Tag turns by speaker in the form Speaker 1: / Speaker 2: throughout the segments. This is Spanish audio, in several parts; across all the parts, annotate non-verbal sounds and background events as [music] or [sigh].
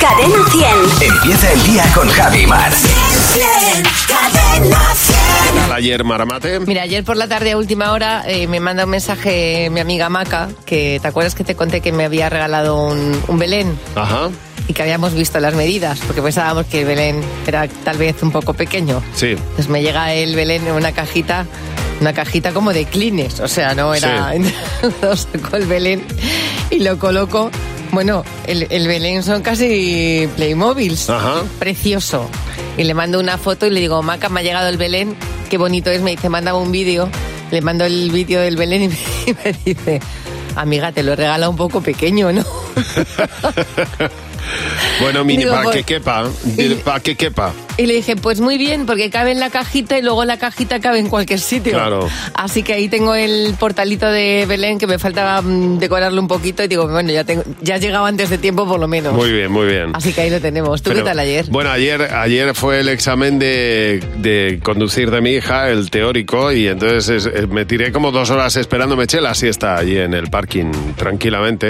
Speaker 1: Cadena 100.
Speaker 2: Empieza el día con Javi Mar.
Speaker 1: Cadena 100.
Speaker 3: ¿Qué tal ayer, Maramate?
Speaker 4: Mira, ayer por la tarde a última hora eh, me manda un mensaje mi amiga Maca, que te acuerdas que te conté que me había regalado un, un Belén
Speaker 3: Ajá.
Speaker 4: y que habíamos visto las medidas, porque pensábamos que el Belén era tal vez un poco pequeño.
Speaker 3: Sí.
Speaker 4: Entonces Pues me llega el Belén en una cajita, una cajita como de clines, o sea, no era...
Speaker 3: Sí.
Speaker 4: [laughs] Entonces saco el Belén y lo coloco. Bueno, el, el Belén son casi Playmobiles.
Speaker 3: Ajá.
Speaker 4: Precioso. Y le mando una foto y le digo, Maca, me ha llegado el Belén, qué bonito es. Me dice, mándame un vídeo. Le mando el vídeo del Belén y [laughs] me, y me dice, amiga, te lo he regalado un poco pequeño, ¿no?
Speaker 3: Bueno, mini,
Speaker 4: Digo,
Speaker 3: para
Speaker 4: pues-
Speaker 3: que quepa.
Speaker 4: Y-
Speaker 3: Para que quepa.
Speaker 4: Y le dije, pues muy bien, porque cabe en la cajita y luego la cajita cabe en cualquier sitio.
Speaker 3: Claro.
Speaker 4: Así que ahí tengo el portalito de Belén que me faltaba mm, decorarlo un poquito y digo, bueno, ya, tengo, ya llegaba antes de tiempo por lo menos.
Speaker 3: Muy bien, muy bien.
Speaker 4: Así que ahí lo tenemos. ¿Tú
Speaker 3: Pero-
Speaker 4: qué tal ayer?
Speaker 3: Bueno, ayer, ayer fue el examen de, de conducir de mi hija, el teórico, y entonces es- eh, me tiré como dos horas esperando, me eché la siesta allí en el parking tranquilamente.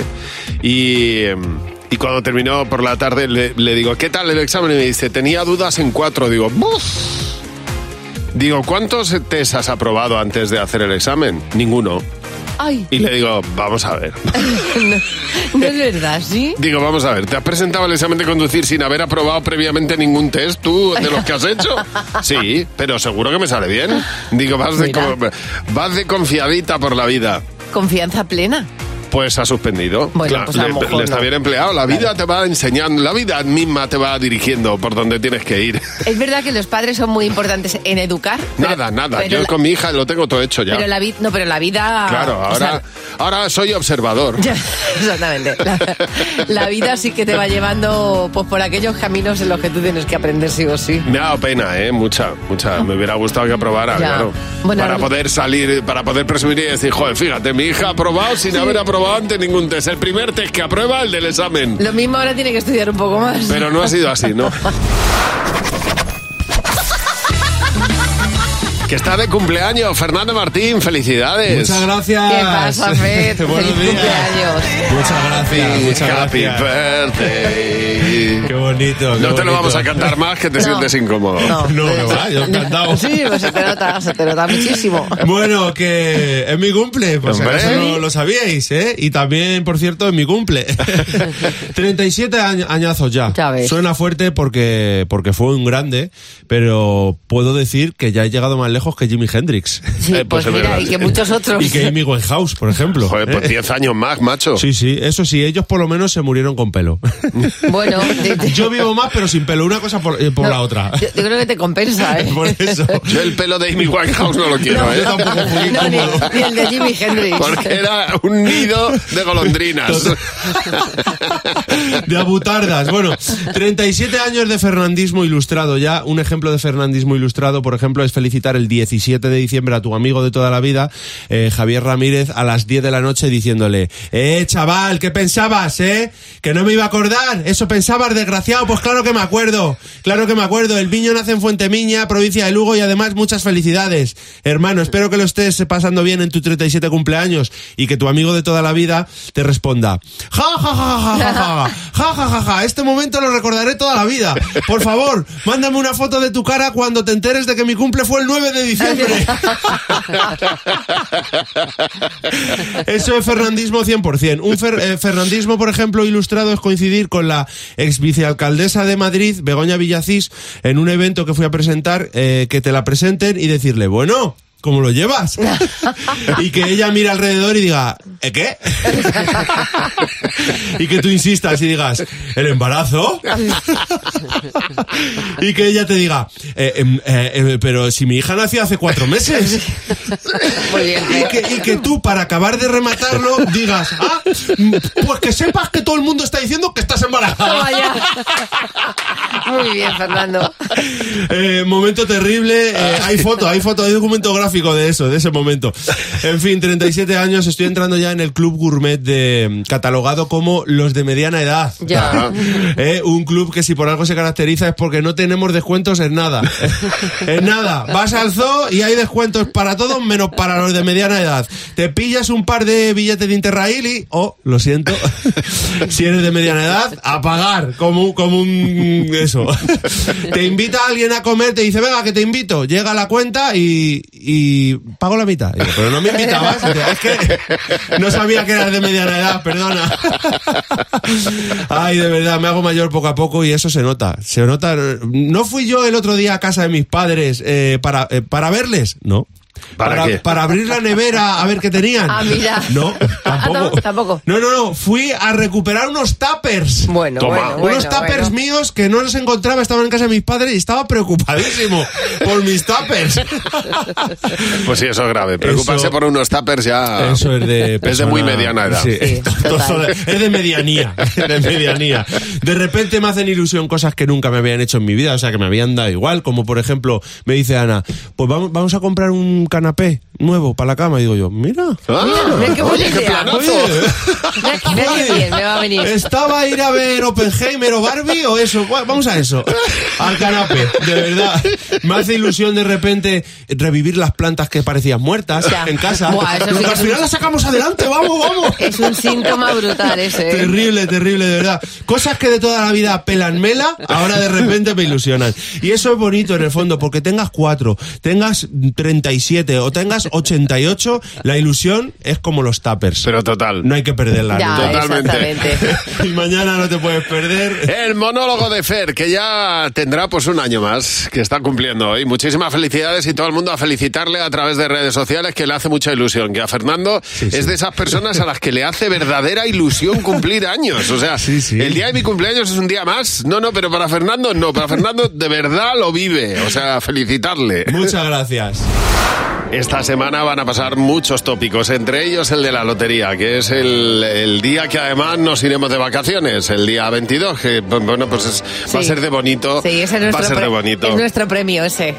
Speaker 3: Y, em, y cuando terminó por la tarde le, le digo, ¿qué tal el examen? Y me dice, tenía dudas en cuatro. Digo, ¡buf! Digo, ¿cuántos test has aprobado antes de hacer el examen? Ninguno.
Speaker 4: Ay,
Speaker 3: Y le digo, vamos a ver.
Speaker 4: [laughs] no es verdad, ¿sí?
Speaker 3: Digo, vamos a ver, ¿te has presentado al examen de conducir sin haber aprobado previamente ningún test tú de los que
Speaker 4: [laughs]
Speaker 3: has hecho? Sí, pero seguro que me sale bien. Digo, vas de,
Speaker 4: Mira.
Speaker 3: co- vas de confiadita por la vida.
Speaker 4: Confianza plena.
Speaker 3: Pues ha suspendido.
Speaker 4: Bueno,
Speaker 3: Claro,
Speaker 4: pues a lo
Speaker 3: le-
Speaker 4: mejor
Speaker 3: le, está
Speaker 4: no.
Speaker 3: bien empleado. La vida te va enseñando, la vida misma te va dirigiendo por donde tienes que ir.
Speaker 4: Es verdad que los padres son muy importantes en educar. pero-
Speaker 3: [laughs] nada, nada.
Speaker 4: pero
Speaker 3: Yo
Speaker 4: la-
Speaker 3: con mi hija lo tengo todo hecho ya.
Speaker 4: Pero la vida, no, pero la vida.
Speaker 3: Claro,
Speaker 4: o sea,
Speaker 3: ahora, ahora soy observador.
Speaker 4: Ya, [laughs] Exactamente. La, la vida sí que te va llevando pues, por aquellos caminos en los que tú tienes que aprender sí o sí.
Speaker 3: Me ha dado pena, ¿eh? Mucha, mucha. Me hubiera gustado que aprobara,
Speaker 4: Ya.
Speaker 3: claro.
Speaker 4: Bueno,
Speaker 3: para
Speaker 4: ahora-
Speaker 3: poder salir, para poder presumir y decir, joder, fíjate, mi hija ha aprobado sin haber aprobado antes ningún test. El primer test que aprueba, el del examen.
Speaker 4: Lo mismo ahora tiene que estudiar un poco más.
Speaker 3: Pero no ha sido
Speaker 4: [laughs]
Speaker 3: así, ¿no? que está de cumpleaños, Fernando Martín, felicidades.
Speaker 5: Muchas gracias.
Speaker 4: ¿Qué pasa, Fer?
Speaker 5: [laughs] Buenos
Speaker 4: Feliz
Speaker 5: días.
Speaker 4: cumpleaños.
Speaker 5: Muchas gracias, muchas
Speaker 3: Happy
Speaker 5: gracias.
Speaker 3: birthday.
Speaker 5: Qué bonito. qué
Speaker 3: No te lo
Speaker 5: bonito.
Speaker 3: vamos a cantar más que te
Speaker 4: No.
Speaker 3: sientes incómodo.
Speaker 4: No,
Speaker 5: No, que va, yo encantado.
Speaker 4: Sí, pues se te nota, se te nota muchísimo.
Speaker 5: Bueno, que es mi cumple, pues
Speaker 3: Hombre.
Speaker 5: eso no lo sabíais, ¿eh? Y también, por cierto, es
Speaker 4: [laughs]
Speaker 5: mi cumple. 37 añ- añazos ya.
Speaker 4: Ya ves.
Speaker 5: Suena fuerte porque, porque fue un grande, pero puedo decir que ya he llegado más lejos que Jimi Hendrix.
Speaker 4: Sí,
Speaker 3: Eh, pues
Speaker 4: pues
Speaker 3: es
Speaker 4: mira,
Speaker 3: verdad.
Speaker 4: y que muchos otros.
Speaker 5: Y que Amy Winehouse, por ejemplo.
Speaker 3: Joder, pues
Speaker 5: ¿eh?
Speaker 3: 10 años más, macho.
Speaker 5: Sí, sí, eso sí, ellos por lo menos se murieron con pelo. [laughs]
Speaker 4: Bueno, de- de-
Speaker 5: Yo vivo más, pero sin pelo, una cosa por, eh, por
Speaker 4: no,
Speaker 5: la otra.
Speaker 4: Yo, yo creo que te
Speaker 5: [laughs]
Speaker 4: compensa, ¿eh?
Speaker 5: Por eso.
Speaker 3: Yo el pelo de Amy Winehouse no lo
Speaker 4: [laughs]
Speaker 3: quiero,
Speaker 5: No,
Speaker 3: ¿eh?
Speaker 5: yo tampoco, Joaquín,
Speaker 4: No, ni,
Speaker 5: cómodo.
Speaker 4: ni el de Jimi Hendrix.
Speaker 3: Porque era un nido de golondrinas.
Speaker 5: De abutardas. Bueno, 37 años de fernandismo ilustrado ya. Un ejemplo de fernandismo ilustrado, por ejemplo, es felicitar el 17 de diciembre a tu amigo de toda la vida, eh, Javier Ramírez, a las 10 de la noche diciéndole, eh, chaval, ¿qué pensabas, eh? Que no me iba a acordar. Eso pensabas, desgraciado. Pues claro que me acuerdo. Claro que me acuerdo. El niño nace en Fuentemiña, provincia de Lugo, y además muchas felicidades. Hermano, espero que lo estés pasando bien en tu 37 cumpleaños y que tu amigo de toda la vida te responda, ja, ja, ja, ja,
Speaker 3: Ah,
Speaker 5: ja, ja, ja. Ja, ja, ja, ja, este momento lo recordaré toda la vida. Por favor, mándame una foto de tu cara cuando te enteres de que mi cumple fue el 9 de diciembre. Eso es fernandismo 100%. Un fer- eh, fernandismo, por ejemplo, ilustrado es coincidir con la ex vicealcaldesa de Madrid, Begoña Villacís, en un evento que fui a presentar, eh, que te la presenten y decirle, bueno... ¿Cómo lo llevas? y que ella mire alrededor y diga, ¿eh qué? y que tú insistas y digas, ¿el embarazo? y que ella te diga, "Eh, em, eh, em, pero si mi hija nació hace cuatro meses.
Speaker 4: Muy bien.
Speaker 5: Y que, y que tú, para acabar de rematarlo, digas, ah, mm, pues que sepas que todo el mundo está diciendo que estás embarazada.
Speaker 4: Vaya. Muy bien, Fernando.
Speaker 5: Eh, momento terrible. eh, hay foto, hay foto, hay documento gráfico de eso, de ese momento. En fin, 37 años, estoy entrando ya en el club gourmet de, mm, catalogado como los de mediana edad.
Speaker 4: Ya.
Speaker 5: Eh, un club que si por algo se caracteriza es porque no tenemos descuentos en nada. [laughs] en nada. Vas al zoo y hay descuentos para todos menos para los de mediana edad. Te pillas un par de billetes de Interrail y, oh, lo siento, si eres de mediana edad, a pagar como un, como un eso. te invita a alguien a comer, te dice, venga, que te invito. Llega la cuenta y, y pago la mitad. Y yo, pero no me
Speaker 3: [laughs]
Speaker 5: invitabas. Es que no sabía que eras de mediana edad, perdona. Ay, de verdad, me hago mayor poco a poco y eso se nota. Se nota. No fui yo el otro día a casa de mis padres eh, para, eh, para verles. No.
Speaker 3: ¿Para qué?
Speaker 5: para abrir la nevera a ver qué tenían.
Speaker 4: Ah, mira.
Speaker 5: [laughs] No,
Speaker 4: Ah,
Speaker 5: tampoco.
Speaker 4: no, tampoco.
Speaker 5: No, no, no. Fui a recuperar unos tuppers.
Speaker 4: Bueno,
Speaker 3: Toma.
Speaker 4: bueno, bueno,
Speaker 5: unos
Speaker 4: bueno.
Speaker 5: tuppers míos que no los encontraba, estaban en casa de mis padres y estaba preocupadísimo por mis
Speaker 4: [laughs]
Speaker 5: tuppers.
Speaker 3: Pues sí, eso es grave. Preocuparse
Speaker 5: Eso-
Speaker 3: por unos tappers ya.
Speaker 5: Eso es de persona-
Speaker 3: muy mediana edad.
Speaker 5: Sí,
Speaker 4: Sí, total.
Speaker 5: [laughs] todo de- es de medianía, [laughs] de medianía. De repente me hacen ilusión cosas que nunca me habían hecho en mi vida, o sea, que me habían dado igual, como por ejemplo, me dice Ana, pues vamos, vamos a comprar un canapé nuevo para la cama, y digo yo, mira.
Speaker 3: Ah,
Speaker 4: Mira qué buena
Speaker 3: oye, qué
Speaker 4: idea.
Speaker 3: planazo.
Speaker 5: oye,
Speaker 4: Mira, mira qué bien me va a venir.
Speaker 5: ¿Estaba a ir a ver Oppenheimer o Barbie o eso? Gua- Vamos a eso. Al canapé, de verdad. Me hace ilusión de repente revivir las plantas que parecían muertas
Speaker 4: Ya.
Speaker 5: en casa.
Speaker 4: Buah, eso sí
Speaker 5: Porque
Speaker 4: que
Speaker 5: al
Speaker 4: es
Speaker 5: final
Speaker 4: un-
Speaker 5: las sacamos adelante, vamos, vamos.
Speaker 4: Es un síntoma brutal ese. ¿eh?
Speaker 5: Terrible, terrible, de verdad. Cosas que de toda la vida pelan mela, ahora de repente me ilusionan. Y eso es bonito en el fondo, porque tengas cuatro, tengas 37 o tengas 88, la ilusión es como los tappers.
Speaker 3: Pero total.
Speaker 5: No hay que perderla.
Speaker 4: Ya,
Speaker 5: nunca.
Speaker 3: Totalmente.
Speaker 4: exactamente.
Speaker 5: [laughs] y mañana no te puedes perder.
Speaker 3: El monólogo de Fer, que ya tendrá pues un año más, que está cumpliendo hoy. Muchísimas felicidades y todo el mundo a felicitarle a través de redes sociales, que le hace mucha ilusión. Que a Fernando es de esas personas a las que le hace verdadera ilusión cumplir años. O sea,
Speaker 5: Sí, sí.
Speaker 3: el día de mi cumpleaños es un día más. No, no, pero para Fernando no. Para Fernando de verdad lo vive. O sea, felicitarle.
Speaker 5: Muchas gracias.
Speaker 3: Esta semana van a pasar muchos tópicos, entre ellos el de la lotería, que es el, el día que además nos iremos de vacaciones, el día 22, que bu- bueno, pues es- va a
Speaker 4: Sí.
Speaker 3: ser de bonito.
Speaker 4: Sí, ese es
Speaker 3: va
Speaker 4: nuestro
Speaker 3: a ser de
Speaker 4: pre-
Speaker 3: bonito.
Speaker 4: Es nuestro premio ese.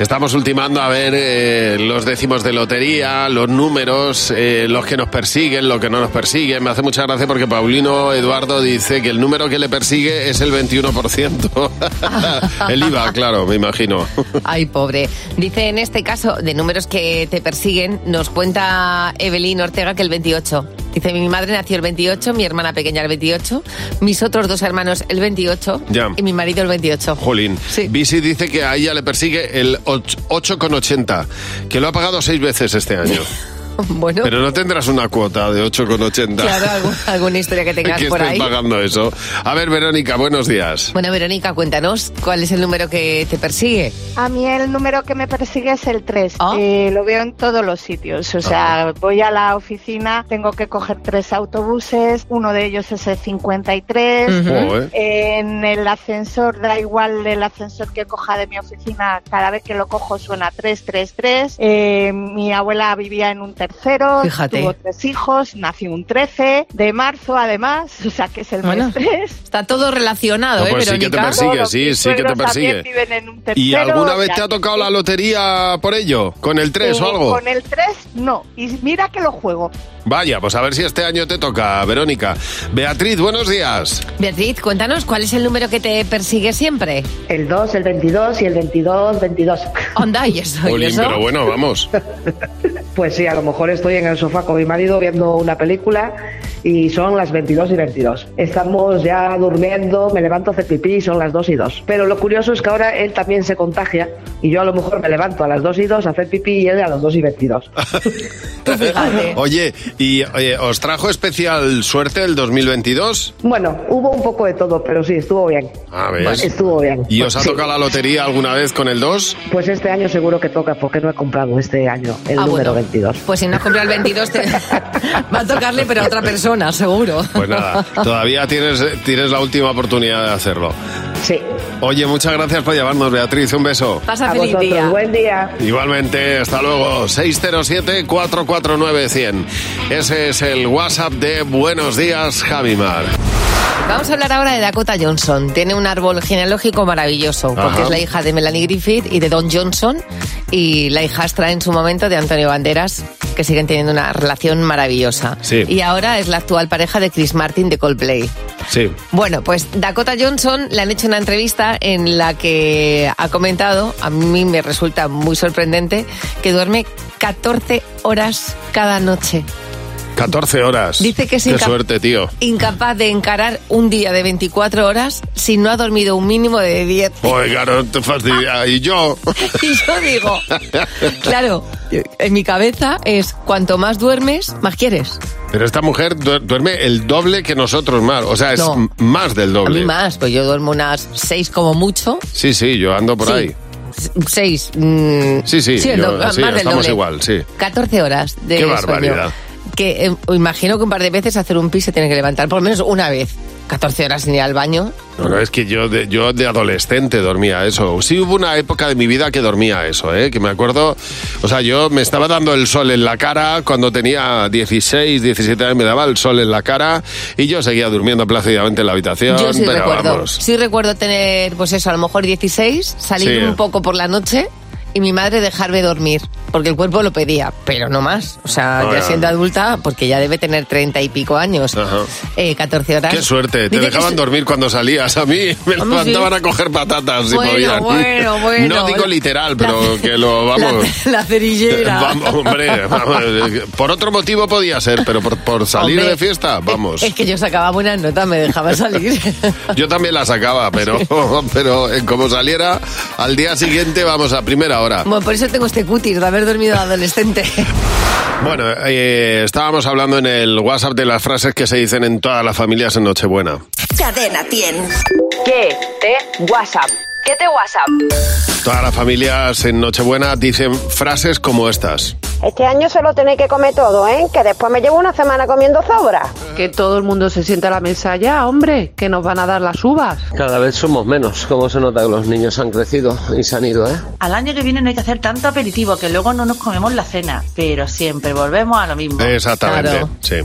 Speaker 3: Estamos ultimando a ver eh, los décimos de lotería, los números, eh, los que nos persiguen, los que no nos persiguen. Me hace mucha gracia porque Paulino Eduardo dice que el número que le persigue es el
Speaker 4: [laughs]
Speaker 3: 21%. [laughs] el IVA, claro, me imagino.
Speaker 4: Ay, pobre. Dice en este caso, de números que te persiguen, nos cuenta Evelyn Ortega que el 28. Dice, mi madre nació el 28, mi hermana pequeña el 28, mis otros dos hermanos el 28
Speaker 3: Ya.
Speaker 4: y mi marido el 28.
Speaker 3: Jolín.
Speaker 4: Sí.
Speaker 3: Bisi dice que a ella le persigue el och- 8,80, que lo ha pagado seis veces este año.
Speaker 4: [laughs] Bueno,
Speaker 3: Pero no tendrás una cuota de 8,80.
Speaker 4: claro, algún- alguna historia que tengas
Speaker 3: [laughs] que
Speaker 4: por
Speaker 3: estés
Speaker 4: ahí.
Speaker 3: pagando eso. A ver, Verónica, buenos días.
Speaker 4: Bueno, Verónica, cuéntanos cuál es el número que te persigue.
Speaker 6: Ah.
Speaker 1: A mí el número que me persigue es el 3.
Speaker 4: Ah.
Speaker 1: lo veo en todos los sitios. O sea, voy a la oficina, tengo que coger tres autobuses, uno de ellos es el 53.
Speaker 4: Ujú.
Speaker 3: Jo, ¿eh?
Speaker 1: En el ascensor, da igual el ascensor que coja de mi oficina, cada vez que lo cojo suena 333. Eh, mi abuela vivía en un tercero,
Speaker 4: Fíjate.
Speaker 1: tuvo tres hijos, nació un 13 de marzo además, [laughs] o sea que es el
Speaker 4: Bueno.
Speaker 1: mes 3.
Speaker 4: Está todo relacionado,
Speaker 3: No,
Speaker 4: ¿eh,
Speaker 3: pues sí que te
Speaker 4: Verónica?
Speaker 3: persigue. sí, sí que te persigue.
Speaker 1: Viven en un
Speaker 3: ¿Y
Speaker 1: tercero,
Speaker 3: alguna
Speaker 1: o
Speaker 3: vez
Speaker 1: sea,
Speaker 3: te ha tocado la lotería por ello? ¿Con el 3
Speaker 1: eh,
Speaker 3: o algo?
Speaker 1: Con el 3 no. Y mira que lo juego.
Speaker 3: Vaya, pues a ver si este año te toca, Verónica. Beatriz, buenos días.
Speaker 4: Beatriz, cuéntanos cuál es el número que te persigue siempre.
Speaker 6: El 2, el 22 y el 22, 22.
Speaker 4: Onda, y eso, y
Speaker 3: Jolín,
Speaker 4: eso.
Speaker 3: pero bueno,
Speaker 4: [laughs]
Speaker 3: vamos.
Speaker 6: Pues sí, a lo mejor estoy en el sofá con mi marido viendo una película y son las 22 y 22. Estamos ya durmiendo, me levanto a hacer pipí y son las 2 y 2. Pero lo curioso es que ahora él también se contagia y yo a lo mejor me levanto a las 2 y 2 a hacer pipí y él a las 2 y
Speaker 3: [laughs]
Speaker 6: 22.
Speaker 4: Tú fíjate.
Speaker 3: Oye, ¿y oye, os trajo especial suerte el 2022?
Speaker 6: Bueno, hubo un poco de todo, pero sí, estuvo bien.
Speaker 3: A ver.
Speaker 6: Estuvo bien.
Speaker 3: ¿Y os ha
Speaker 6: Sí.
Speaker 3: tocado la lotería alguna vez con el 2?
Speaker 6: Pues este año seguro que toca porque no he comprado este año el
Speaker 4: Ah,
Speaker 6: número
Speaker 4: bueno.
Speaker 6: 22.
Speaker 4: Pues si no has comprado el 22,
Speaker 6: [laughs]
Speaker 4: te- va a tocarle, pero a otra persona, seguro.
Speaker 3: Pues nada, todavía tienes, tienes la última oportunidad de hacerlo.
Speaker 6: Sí.
Speaker 3: Oye, muchas gracias por llevarnos, Beatriz. Un beso.
Speaker 4: Pasa
Speaker 6: a
Speaker 4: feliz
Speaker 6: vosotros.
Speaker 4: día.
Speaker 6: Buen día.
Speaker 3: Igualmente, hasta luego. 607-449-100. Ese es el WhatsApp de Buenos Días, Javimar.
Speaker 4: Vamos a hablar ahora de Dakota Johnson. Tiene un árbol genealógico maravilloso, porque
Speaker 3: Ajá.
Speaker 4: es la hija de Melanie Griffith y de Don Johnson, y la hijastra en su momento de Antonio Banderas, que siguen teniendo una relación maravillosa.
Speaker 3: Sí.
Speaker 4: Y ahora es la actual pareja de Chris Martin de Coldplay.
Speaker 3: Sí.
Speaker 4: Bueno, pues Dakota Johnson le han hecho una entrevista en la que ha comentado, a mí me resulta muy sorprendente, que duerme 14 horas cada noche.
Speaker 3: 14 horas.
Speaker 4: Dice que es
Speaker 3: Qué
Speaker 4: incap-
Speaker 3: suerte, tío.
Speaker 4: incapaz de encarar un día de 24 horas si no ha dormido un mínimo de 10.
Speaker 3: Oye, claro, te fastidia. Y yo.
Speaker 4: [laughs] Y yo digo, claro, en mi cabeza es cuanto más duermes, más quieres.
Speaker 3: Pero esta mujer du- duerme el doble que nosotros, más. O sea, es
Speaker 4: No.
Speaker 3: m- más del
Speaker 4: A mí
Speaker 3: doble.
Speaker 4: más, pues yo duermo unas 6 como mucho.
Speaker 3: Sí, sí, yo ando por
Speaker 4: Sí.
Speaker 3: ahí.
Speaker 4: 6.
Speaker 3: Sí, sí, yo- sí,
Speaker 4: más del
Speaker 3: estamos
Speaker 4: doble.
Speaker 3: igual, sí.
Speaker 4: 14 horas de
Speaker 3: Qué
Speaker 4: sueño.
Speaker 3: barbaridad.
Speaker 4: Que eh, imagino que un par de veces hacer un pis se tiene que levantar, por lo menos una vez. 14 horas sin ir al baño.
Speaker 3: No, no, es que yo de, yo de adolescente dormía eso. Sí hubo una época de mi vida que dormía eso, ¿eh? Que me acuerdo, o sea, yo me estaba dando el sol en la cara cuando tenía 16, 17 años, me daba el sol en la cara y yo seguía durmiendo plácidamente en la habitación.
Speaker 4: Yo sí
Speaker 3: pero
Speaker 4: recuerdo.
Speaker 3: vamos.
Speaker 4: Sí recuerdo tener, pues eso, a lo mejor 16, salir
Speaker 3: Sí.
Speaker 4: un poco por la noche y mi madre dejarme dormir, porque el cuerpo lo pedía, pero no más. O sea,
Speaker 3: Ah.
Speaker 4: ya siendo adulta, porque ya debe tener 30 y pico años,
Speaker 3: Ajá.
Speaker 4: eh, 14 horas.
Speaker 3: Qué suerte, te
Speaker 4: Dice que
Speaker 3: dejaban
Speaker 4: su-
Speaker 3: dormir cuando salías. A mí
Speaker 4: Hombre,
Speaker 3: me
Speaker 4: sí.
Speaker 3: levantaban a coger patatas si
Speaker 4: Bueno,
Speaker 3: podían.
Speaker 4: bueno, bueno.
Speaker 3: No digo literal, pero que lo vamos.
Speaker 4: La, Ah. la cerillera.
Speaker 3: [laughs] Vamos, hombre, vamos, eh, por otro motivo podía ser, pero por, por salir
Speaker 4: Hombre, Eh,
Speaker 3: de fiesta, vamos.
Speaker 4: Es, que yo sacaba buenas notas, me dejaba
Speaker 3: [laughs]
Speaker 4: salir.
Speaker 3: Yo también la sacaba, pero, [laughs] pero eh, como saliera, al día siguiente vamos a primera hora.
Speaker 4: bueno, por eso tengo este cutis de haber dormido adolescente.
Speaker 3: Bueno, eh, estábamos hablando en el WhatsApp de las frases que se dicen en todas las familias en Nochebuena.
Speaker 7: Cadena 100.
Speaker 8: ¿Qué te WhatsApp? ¿Qué te WhatsApp?
Speaker 3: Todas las familias en Nochebuena dicen frases como estas.
Speaker 9: Este año se lo tenéis que comer todo, ¿eh? Que después me llevo una semana comiendo sobra.
Speaker 6: Que todo el mundo se sienta a la mesa ya, hombre, que nos van a dar las uvas.
Speaker 10: Cada vez somos menos. ¿Cómo se nota que los niños han crecido y se han ido, eh?
Speaker 11: Al año que viene no hay que hacer tanto aperitivo que luego no nos comemos la cena, pero siempre volvemos a lo mismo.
Speaker 3: Exactamente, sí.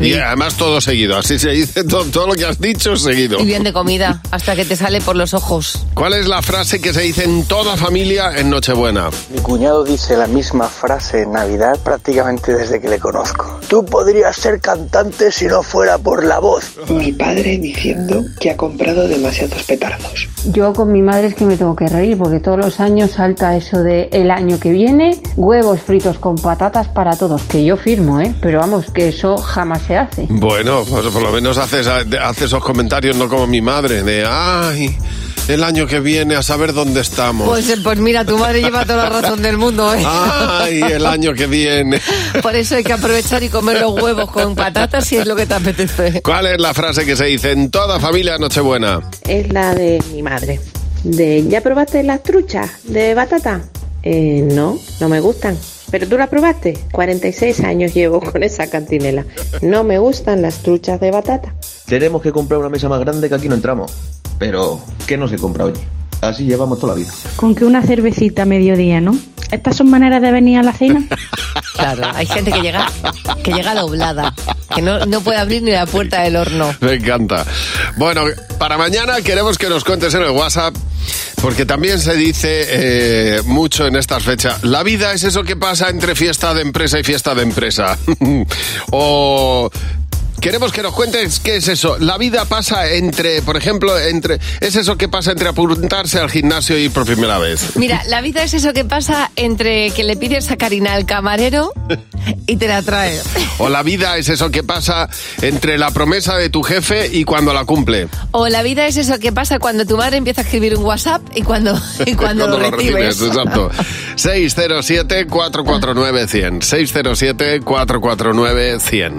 Speaker 3: Y además todo seguido, así se dice todo, todo lo que has dicho seguido.
Speaker 4: Y bien de comida, hasta que te sale por los ojos.
Speaker 3: ¿Cuál es la frase que se dice en toda familia en Nochebuena?
Speaker 12: Mi cuñado dice la misma frase en Navidad prácticamente desde que le conozco. Tú podrías ser cantante si no fuera por la voz.
Speaker 6: Mi padre diciendo que ha comprado demasiados petardos.
Speaker 13: Yo con mi madre es que me tengo que reír porque todos los años salta eso de el año que viene, huevos fritos con patatas para todos, que yo firmo, ¿eh? Pero vamos, que eso jamás se hace.
Speaker 3: Bueno, pues por lo menos haces, hace esos comentarios, no como mi madre, de ay, el año que viene a saber dónde estamos.
Speaker 4: Pues, eh, pues mira, tu madre lleva toda
Speaker 3: [laughs]
Speaker 4: la razón del mundo, ¿eh?
Speaker 3: Ay, el año
Speaker 4: [laughs]
Speaker 3: que viene.
Speaker 4: Por eso hay que aprovechar y comer los huevos con patatas si es lo que te apetece.
Speaker 3: ¿Cuál es la frase que se dice en toda familia en Nochebuena?
Speaker 14: es la de mi madre. De, ¿ya probaste las truchas de batata? Eh, no, no me gustan. ¿Pero tú las probaste? 46 años llevo con esa cantinela. No me gustan las truchas de batata.
Speaker 10: Tenemos que comprar una mesa más grande que aquí no entramos. Pero, ¿qué no se compra, oye? Así llevamos toda la vida.
Speaker 15: Con que una cervecita a mediodía, ¿no? ¿Estas son maneras de venir a la cena?
Speaker 4: Claro, hay gente que llega, que llega doblada, que no, no puede abrir ni la puerta del horno.
Speaker 3: Me encanta. Bueno, para mañana queremos que nos cuentes en el WhatsApp, porque también se dice eh, mucho en estas fechas. La vida es eso que pasa entre fiesta de empresa y fiesta de empresa. [laughs] o queremos que nos cuentes qué es eso. La vida pasa entre, por ejemplo, entre es eso que pasa entre apuntarse al gimnasio y por primera vez.
Speaker 4: Mira, la vida es eso que pasa entre que le pides sacarina al camarero y te la trae.
Speaker 3: O la vida es eso que pasa entre la promesa de tu jefe y cuando la cumple.
Speaker 4: O la vida es eso que pasa cuando tu madre empieza a escribir un WhatsApp y
Speaker 3: [laughs]
Speaker 4: cuando, y cuando, lo, recibes. [laughs]
Speaker 3: exacto. 607-449-100. 607-449-100.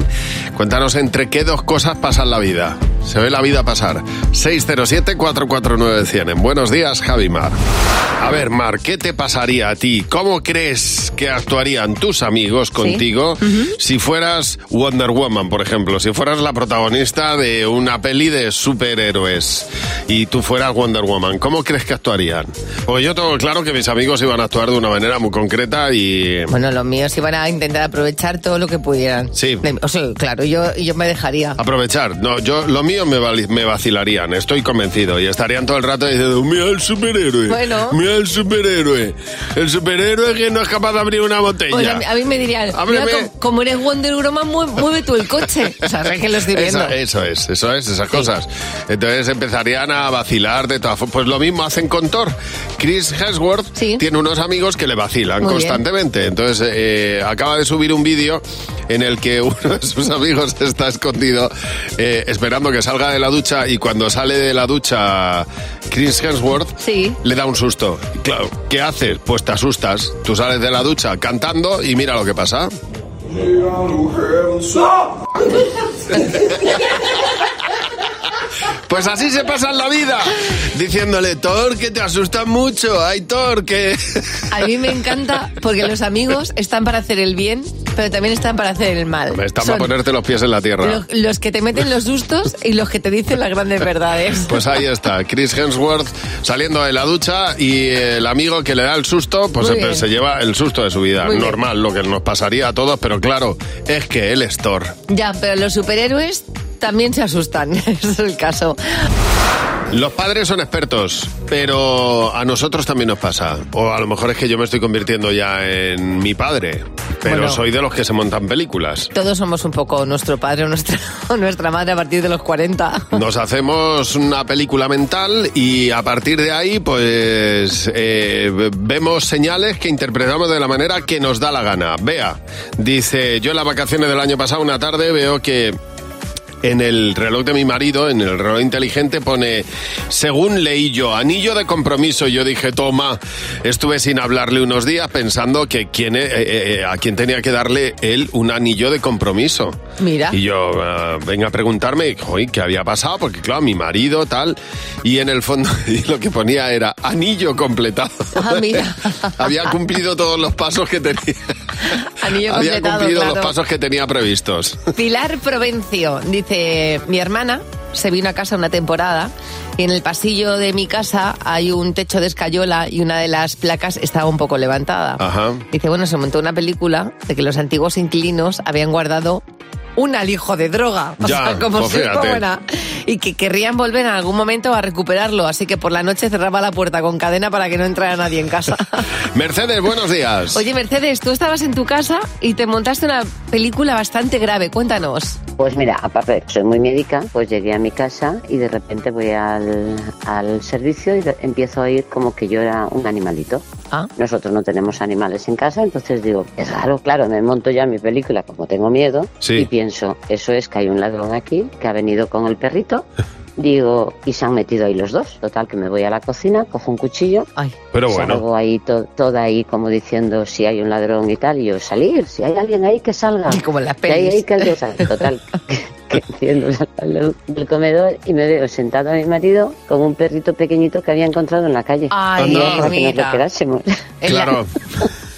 Speaker 3: Cuéntanos entre qué dos cosas pasan la vida. Se ve la vida pasar. 607-449-100. En buenos días, Javi Mar. A ver, Mar, ¿qué te pasaría a ti? ¿Cómo crees que actuarían tus amigos contigo si fueras Wonder Woman, por ejemplo? Si fueras la protagonista de una peli de superhéroes y tú fueras Wonder Woman, ¿cómo crees que actuarían? Pues yo tengo claro que mis amigos iban a actuar de una manera muy concreta y...
Speaker 4: Bueno, los míos iban a intentar aprovechar todo lo que pudieran.
Speaker 3: Sí.
Speaker 4: O sea, claro, yo, yo me dejaría.
Speaker 3: Aprovechar. No, yo, lo mío míos me, vali- me vacilarían, estoy convencido. Y estarían todo el rato diciendo, mira el superhéroe.
Speaker 4: Bueno.
Speaker 3: Mira el superhéroe. El superhéroe que no es capaz de abrir una botella.
Speaker 4: Pues a, mí- a mí me dirían, mira,
Speaker 3: Eh, Ábreme.
Speaker 4: como, como eres Wonder Woman, mue- mueve tú el coche. [laughs] O sea, es que lo estoy viendo.
Speaker 3: Esa- Eso, es, eso es, esas cosas. Entonces empezarían a vacilar de todas formas. Pues lo mismo hacen con Thor. Chris Hemsworth tiene unos amigos que le vacilan
Speaker 16: Muy bien.
Speaker 3: constantemente. Entonces eh, acaba de subir un vídeo en el que [laughs] uno de sus amigos está escondido eh, esperando que salga de la ducha y cuando sale de la ducha Chris Hemsworth le da un susto. Claro, ¿qué haces? Pues te asustas. Tú sales de la ducha cantando y mira lo que pasa. Pues así se pasa en la vida, diciéndole, Thor, que te asustas mucho, ay Thor, que...
Speaker 4: A mí me encanta porque los amigos están para hacer el bien, pero también están para hacer el mal.
Speaker 3: Me están
Speaker 4: Son
Speaker 3: para ponerte los pies en la tierra.
Speaker 4: los, los que te meten los sustos y los que te dicen las grandes
Speaker 3: [laughs]
Speaker 4: verdades.
Speaker 3: Pues ahí está, Chris Hemsworth saliendo de la ducha y el amigo que le da el susto, pues
Speaker 4: Muy
Speaker 3: se,
Speaker 4: bien.
Speaker 3: se lleva el susto de su vida.
Speaker 4: Muy bien.
Speaker 3: Normal, lo que nos pasaría a todos, pero claro, es que él es Thor.
Speaker 4: Ya, pero los superhéroes también se asustan. [laughs] Ese es el caso.
Speaker 3: Los padres son expertos, pero a nosotros también nos pasa. O a lo mejor es que yo me estoy convirtiendo ya en mi padre, pero
Speaker 4: Bueno.
Speaker 3: soy de los que se montan películas.
Speaker 4: Todos somos un poco nuestro padre o nuestra, [laughs] o nuestra madre a partir de los 40.
Speaker 3: Nos hacemos una película mental y a partir de ahí, pues eh, v- vemos señales que interpretamos de la manera que nos da la gana. Vea, dice, yo en las vacaciones del año pasado, una tarde, veo que en el reloj de mi marido, en el reloj inteligente, pone, según leí yo, anillo de compromiso. Yo dije, toma, estuve sin hablarle unos días pensando que quién, eh, eh, eh, a quién tenía que darle él un anillo de compromiso.
Speaker 4: Mira.
Speaker 3: Y yo ah, venga a preguntarme, "Joy, ¿qué había pasado? Porque claro, mi marido tal. Y en el fondo [laughs] y lo que ponía era anillo completado.
Speaker 4: Ah, mira.
Speaker 3: [laughs] había cumplido todos los pasos que tenía.
Speaker 4: [laughs] Anillo
Speaker 3: había
Speaker 4: completado,
Speaker 3: cumplido
Speaker 4: claro.
Speaker 3: los pasos [laughs] que tenía previstos.
Speaker 4: Pilar Provencio dice, mi hermana se vino a casa una temporada y en el pasillo de mi casa hay un techo de escayola y una de las placas estaba un poco levantada.
Speaker 3: Ajá.
Speaker 4: Dice, bueno, se montó una película de que los antiguos inquilinos habían guardado un alijo de droga, o
Speaker 3: Ya,
Speaker 4: sea, como
Speaker 3: pues
Speaker 4: si
Speaker 3: fíjate.
Speaker 4: fuera, y que querrían volver en algún momento a recuperarlo, así que por la noche cerraba la puerta con cadena para que no entrara nadie en
Speaker 3: [laughs]
Speaker 4: casa.
Speaker 3: Mercedes, buenos días.
Speaker 4: Oye, Mercedes, tú estabas en tu casa y te montaste una película bastante grave, cuéntanos.
Speaker 17: Pues mira, aparte de que soy muy médica, pues llegué a mi casa y de repente voy al, al servicio y de- empiezo a ir como que yo era un animalito. Nosotros no tenemos animales en casa, entonces digo, es raro, claro, me monto ya mi película como tengo miedo y pienso, eso es que hay un ladrón aquí que ha venido con el perrito. Digo, y se han metido ahí los dos. Total, que me voy a la cocina, cojo un cuchillo,
Speaker 3: Pero bueno.
Speaker 17: salgo ahí to- toda ahí como diciendo si hay un ladrón y tal, y yo salir, si hay alguien ahí que salga.
Speaker 4: como en las
Speaker 17: Ah, Que hay
Speaker 4: pelis.
Speaker 17: ahí que alguien salga. Total, que enciendo la luz del comedor y me veo sentado a mi marido con un perrito pequeñito que había encontrado en la calle.
Speaker 4: Ay,
Speaker 17: Y era para que nos
Speaker 4: mira.
Speaker 17: lo quedásemos.
Speaker 4: El la- [laughs]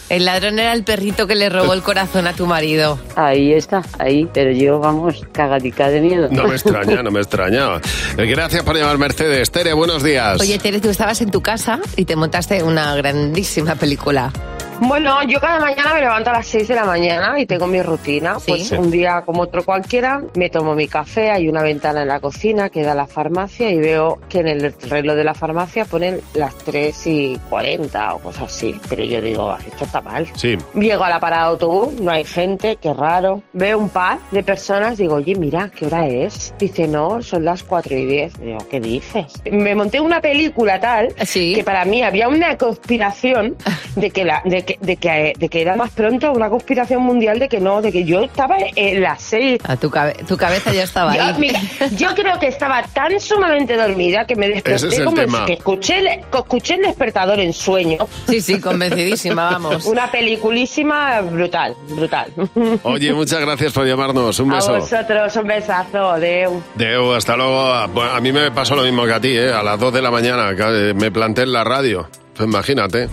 Speaker 4: El ladrón era el perrito que le robó el corazón a tu marido.
Speaker 17: Ahí está, ahí, pero yo vamos cagadica de miedo.
Speaker 3: No
Speaker 17: [laughs]
Speaker 3: me extraña, no me extraña. Eh, Gracias por llamar, Mercedes. Tere, buenos días.
Speaker 4: Oye, Tere, tú estabas en tu casa y te montaste una grandísima película.
Speaker 18: Bueno, yo cada mañana me levanto a las 6 de la mañana y tengo mi rutina. Pues un día como otro cualquiera, me tomo mi café, hay una ventana en la cocina que da a la farmacia y veo que en el reloj de la farmacia ponen las 3 y 40 o cosas así. Pero yo digo, "Ah, esto está mal.
Speaker 3: Sí.
Speaker 18: Llego a la parada de autobús, no hay gente, qué raro. Veo un par de personas, digo, oye, mira, ¿qué hora es? Dice, no, son las 4 y 10. Digo, ¿qué dices? Me monté una película tal que para mí había una
Speaker 4: [laughs]
Speaker 18: conspiración de que, la, de, que, de, que, de que era más pronto, una conspiración mundial de que no, de que yo estaba en las 6.
Speaker 4: A Ah, tu, cabe- tu cabeza ya estaba
Speaker 18: Yo,
Speaker 4: ahí. [laughs]
Speaker 18: mira, yo creo que estaba tan sumamente dormida que me desperté
Speaker 4: Ese es el
Speaker 18: como
Speaker 4: tema.
Speaker 18: que escuché el, que escuché el despertador en sueño.
Speaker 4: Sí, sí, convencidísima,
Speaker 18: [laughs]
Speaker 4: vamos.
Speaker 18: Una peliculísima brutal, brutal. [laughs]
Speaker 3: Oye, muchas gracias por llamarnos. Un
Speaker 18: A
Speaker 3: beso.
Speaker 18: vosotros un besazo, adeu.
Speaker 3: Deu, hasta luego. Bueno, a mí me pasó lo mismo que a ti, ¿eh? A las 2 de la mañana que, eh, me planté en la radio. Pues imagínate.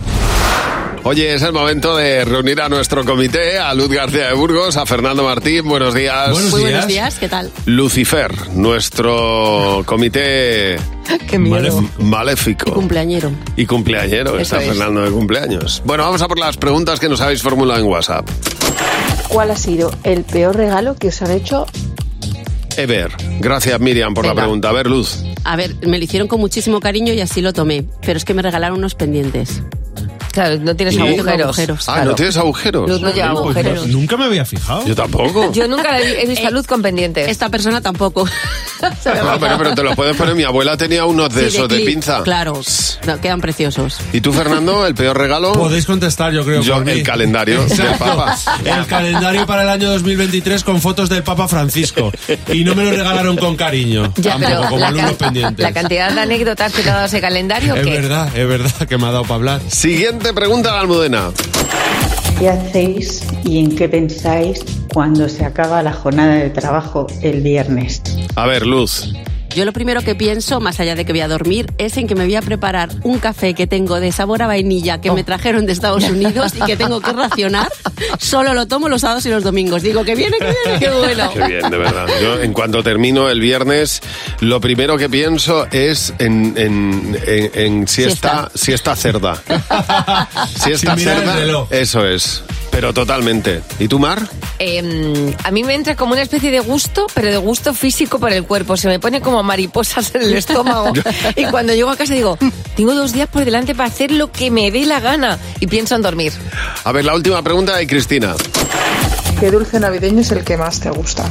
Speaker 3: Oye, es el momento de reunir a nuestro comité, a Luz García de Burgos, a Fernando Martín. Buenos días.
Speaker 4: Muy buenos días, ¿qué tal?
Speaker 3: Lucifer, nuestro comité
Speaker 4: [laughs] Qué miedo.
Speaker 3: maléfico.
Speaker 19: Cumpleañero.
Speaker 3: Y cumpleañero,
Speaker 19: Eso
Speaker 3: está
Speaker 19: es.
Speaker 3: Fernando de cumpleaños. Bueno, vamos a por las preguntas que nos habéis formulado en WhatsApp.
Speaker 19: ¿Cuál ha sido el peor regalo que os han hecho
Speaker 3: ever. Gracias, Miriam, por la pregunta. A ver, Luz.
Speaker 16: A ver, me lo hicieron con muchísimo cariño y así lo tomé, pero es que me regalaron unos pendientes.
Speaker 4: Claro, no tienes
Speaker 3: ¿Y?
Speaker 4: agujeros.
Speaker 3: Ah,
Speaker 4: claro.
Speaker 3: ¿no tienes agujeros?
Speaker 4: Luz no lleva
Speaker 3: Pues no,
Speaker 4: agujeros.
Speaker 5: Nunca me había fijado.
Speaker 3: Yo tampoco.
Speaker 4: [laughs] Yo nunca
Speaker 16: [laughs]
Speaker 4: he
Speaker 16: Eh,
Speaker 4: visto a Luz con pendientes. Esta persona [laughs] tampoco.
Speaker 3: [laughs] No, Ah, pero, pero te los puedes poner. Mi abuela tenía unos de esos de,
Speaker 16: clip,
Speaker 3: pinza.
Speaker 16: Claro, No, quedan preciosos.
Speaker 3: ¿Y tú, Fernando, el peor regalo?
Speaker 5: Podéis contestar, yo creo.
Speaker 3: Yo, el
Speaker 5: [laughs]
Speaker 3: calendario del
Speaker 5: Exacto.
Speaker 3: Papa.
Speaker 5: El calendario para el año 2023 con fotos del Papa Francisco. Y no me lo regalaron con cariño. tampoco, como
Speaker 4: la,
Speaker 5: alumno
Speaker 4: can-
Speaker 5: pendiente.
Speaker 4: la cantidad de anécdotas que te ha dado ese calendario,
Speaker 5: Es
Speaker 4: que
Speaker 5: verdad, es verdad que me ha dado para hablar.
Speaker 3: Siguiente pregunta de Almudena.
Speaker 19: ¿Qué hacéis y en qué pensáis cuando se acaba la jornada de trabajo el viernes?
Speaker 3: A ver, Luz.
Speaker 16: Yo lo primero que pienso, más allá de que voy a dormir, es en que me voy a preparar un café que tengo de sabor a vainilla
Speaker 4: Oh.
Speaker 16: que me trajeron de Estados Unidos y que tengo que racionar. Solo lo tomo los sábados y los domingos. Digo que viene, que viene, qué bueno.
Speaker 3: Qué bien, de verdad. Yo, en cuanto termino el viernes, lo primero que pienso es en, en- en- en si, está, si está
Speaker 5: [laughs]
Speaker 3: cerda. Si está
Speaker 5: mirar el
Speaker 3: cerda,
Speaker 5: reloj.
Speaker 3: eso es. Pero totalmente. ¿Y tú, Mar?
Speaker 4: em, a mí me entra como una especie de gusto, pero de gusto físico por el cuerpo. Se me pone como mariposas en
Speaker 16: [laughs]
Speaker 4: el estómago. y cuando llego a casa digo, tengo dos días por delante para hacer lo que me dé la gana. Y pienso en dormir.
Speaker 3: A ver, la última pregunta de Cristina.
Speaker 20: ¿Qué dulce navideño es el que más te gusta?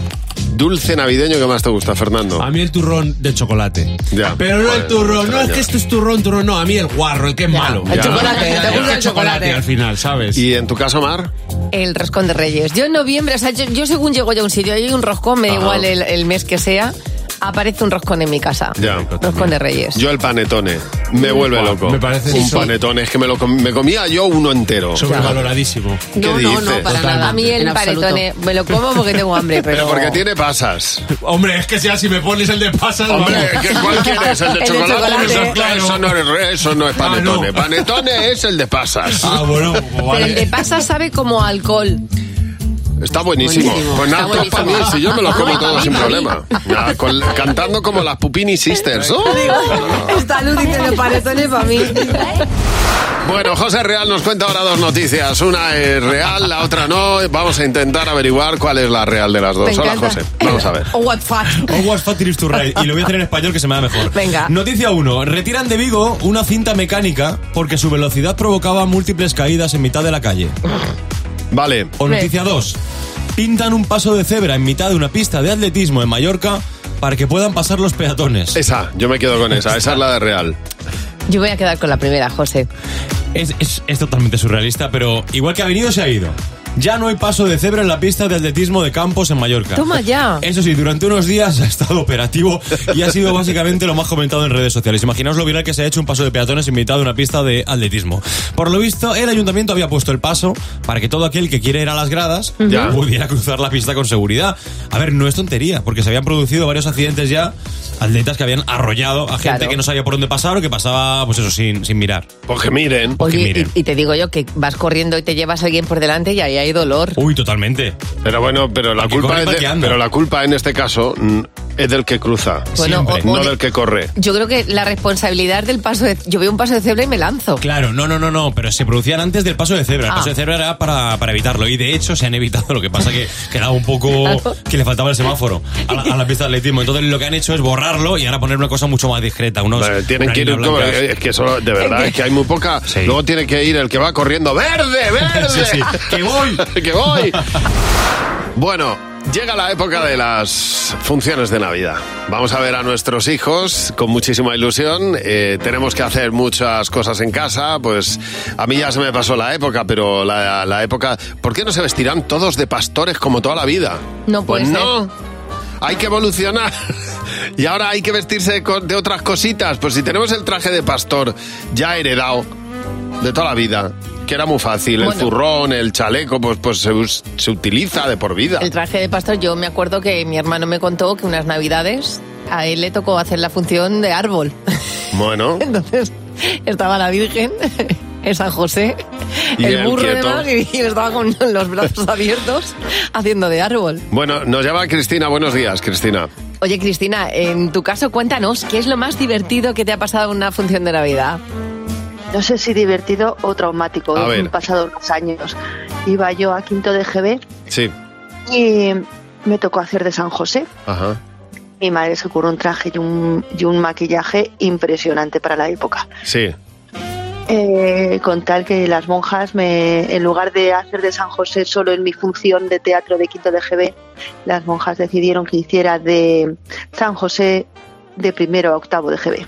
Speaker 3: Dulce navideño que más te gusta, Fernando.
Speaker 5: A mí el turrón de chocolate.
Speaker 3: Ya.
Speaker 5: Pero no el
Speaker 3: Joder,
Speaker 5: turrón, no
Speaker 3: extraño.
Speaker 5: es que esto es turrón, turrón, no, a mí el guarro, el que es malo.
Speaker 4: el chocolate, te gusta el chocolate.
Speaker 5: al final, ¿sabes?
Speaker 3: ¿Y en tu caso, Mar?
Speaker 4: El roscón de Reyes. Yo en noviembre, o sea, yo, yo según llego yo a un sitio, hay un roscón, me da
Speaker 16: Ah.
Speaker 3: Ajá.
Speaker 4: igual el, el mes que sea, aparece un roscón en mi casa.
Speaker 3: Ya.
Speaker 4: Roscón de Reyes.
Speaker 3: Yo el panetone. Me vuelve
Speaker 5: Guau,
Speaker 3: loco.
Speaker 5: me parece-
Speaker 3: Un
Speaker 5: Sí, sí.
Speaker 3: panetone. Es que me, lo com- me comía yo uno entero.
Speaker 5: Sobrevaloradísimo.
Speaker 3: ¿Qué
Speaker 4: No, no, no,
Speaker 3: dices?
Speaker 4: para nada. A mí el
Speaker 5: En absoluto.
Speaker 4: paretone me lo como porque tengo hambre, Eh, pero...
Speaker 3: [laughs] Pero porque tiene pasas.
Speaker 5: Hombre, es que sea, si me pones el de pasas,
Speaker 3: Hombre,
Speaker 5: vamos.
Speaker 3: ¿qué- ¿cuál
Speaker 4: [laughs]
Speaker 3: quieres? ¿El de
Speaker 5: El de
Speaker 3: chocolate?
Speaker 5: chocolate.
Speaker 3: Eso, claro, eso no, es, eso no es panetone. Panetone es el de pasas. Ah,
Speaker 5: Ah, bueno. pues
Speaker 4: Pero el de pasa sabe como a alcohol.
Speaker 3: Está buenísimo.
Speaker 4: Buenísimo,
Speaker 3: Pues nada,
Speaker 4: está
Speaker 3: todos para mí.
Speaker 4: buenísimo.
Speaker 3: Si yo me los como
Speaker 4: Ay,
Speaker 3: todos
Speaker 4: pa'
Speaker 3: sin
Speaker 4: mí, pa' mí.
Speaker 3: problema. Nada, con- cantando como las Pupini Sisters. ¡Oh!
Speaker 4: Está luz de paretones para mí.
Speaker 3: Bueno, José Real nos cuenta ahora dos noticias. Una es real, la otra no. Vamos a intentar averiguar cuál es la real de las dos.
Speaker 4: Me
Speaker 3: Hola,
Speaker 4: encanta.
Speaker 3: José. Vamos a ver.
Speaker 4: O what fuck.
Speaker 21: O was fat it is to ride. Y lo voy a hacer en español que se me da mejor.
Speaker 4: Venga.
Speaker 21: Noticia 1. Retiran de Vigo una cinta mecánica porque su velocidad provocaba múltiples caídas en mitad de la calle.
Speaker 3: Vale.
Speaker 21: O noticia 2. Pintan un paso de cebra en mitad de una pista de atletismo en Mallorca para que puedan pasar los peatones.
Speaker 3: Esa, Ah, yo me quedo con esa. Esa es la de real.
Speaker 4: Yo voy a quedar con la primera, José.
Speaker 21: Es, es- es totalmente surrealista, pero igual que ha venido, se ha ido. Ya no hay paso de cebra en la pista de atletismo de Campos en Mallorca.
Speaker 4: Toma ya.
Speaker 21: Eso sí, durante unos días ha estado operativo y ha sido básicamente lo más comentado en redes sociales. Imaginaos lo viral que se ha hecho un paso de peatones en mitad de una pista de atletismo. Por lo visto, el ayuntamiento había puesto el paso para que todo aquel que quiere ir a las gradas
Speaker 3: Ya.
Speaker 21: pudiera cruzar la pista con seguridad. A ver, no es tontería, porque se habían producido varios accidentes ya, atletas que habían arrollado a gente
Speaker 4: Claro.
Speaker 21: que no sabía por dónde pasar o que pasaba, pues eso, sin, sin mirar.
Speaker 3: Pues que miren.
Speaker 21: Pues que
Speaker 4: Oye,
Speaker 21: miren.
Speaker 4: y, y te digo yo que vas corriendo y te llevas a alguien por delante y ahí hay dolor.
Speaker 21: Uy, totalmente.
Speaker 3: Pero bueno, pero la,
Speaker 21: Porque
Speaker 3: culpa
Speaker 21: corre
Speaker 3: es de-
Speaker 21: pateando.
Speaker 3: pero la culpa en este caso mm, es del que cruza,
Speaker 4: Bueno, o- Siempre. o
Speaker 3: no
Speaker 4: de-
Speaker 3: del que corre.
Speaker 4: Yo creo que la responsabilidad del paso de... Yo veo un paso de cebra y me lanzo.
Speaker 21: Claro, no, no, no, no, pero se producían antes del paso de cebra. El paso de cebra era para, para evitarlo y de hecho se han evitado. Lo que pasa que quedaba un poco que le faltaba el semáforo a la, a la pista de atletismo. Entonces lo que han hecho es borrarlo y ahora poner una cosa mucho más discreta. Unos
Speaker 3: Tienen que ir
Speaker 21: franelinas
Speaker 3: como- eh,
Speaker 21: blancas.
Speaker 3: es que solo de verdad, es que hay muy poca. Luego tiene que ir el que va corriendo verde, [laughs] verde.
Speaker 21: Sí, sí,
Speaker 3: Que voy, [laughs] que voy. Bueno, llega la época de las funciones de Navidad. Vamos a ver a nuestros hijos con muchísima ilusión. Eh, tenemos que hacer muchas cosas en casa. Pues a mí ya se me pasó la época, pero la, la época. ¿Por qué no se vestirán todos de pastores como toda la vida?
Speaker 4: No puede
Speaker 3: pues
Speaker 4: ser.
Speaker 3: no. Hay que evolucionar. [laughs] Y ahora hay que vestirse de co- de otras cositas. Pues si tenemos el traje de pastor ya heredado de toda la vida, que era muy fácil, el
Speaker 4: Bueno.
Speaker 3: zurrón, el chaleco, pues, pues se, us- se utiliza de por vida.
Speaker 4: El traje de pastor, yo me acuerdo que mi hermano me contó que unas navidades a él le tocó hacer la función de árbol.
Speaker 3: Bueno,
Speaker 4: Entonces estaba la Virgen, [laughs] el San José,
Speaker 3: Y
Speaker 4: el
Speaker 3: él
Speaker 4: burro
Speaker 3: quieto.
Speaker 4: además y yo estaba con los brazos abiertos haciendo de árbol.
Speaker 3: bueno, nos llama Cristina. Buenos días, Cristina.
Speaker 4: Oye Cristina, en tu caso cuéntanos qué es lo más divertido que te ha pasado en una función de Navidad.
Speaker 22: No sé si divertido o traumático.
Speaker 3: A ver.
Speaker 22: Han pasado unos años. Iba yo a quinto de GB
Speaker 3: Sí,
Speaker 22: y me tocó hacer de San José.
Speaker 3: ajá.
Speaker 22: mi madre se ocurrió un traje y un, y un maquillaje impresionante para la época.
Speaker 3: Sí.
Speaker 22: Eh, con tal que las monjas, me, en lugar de hacer de San José solo en mi función de teatro de quinto de GB, las monjas decidieron que hiciera de San José de primero a octavo de GB.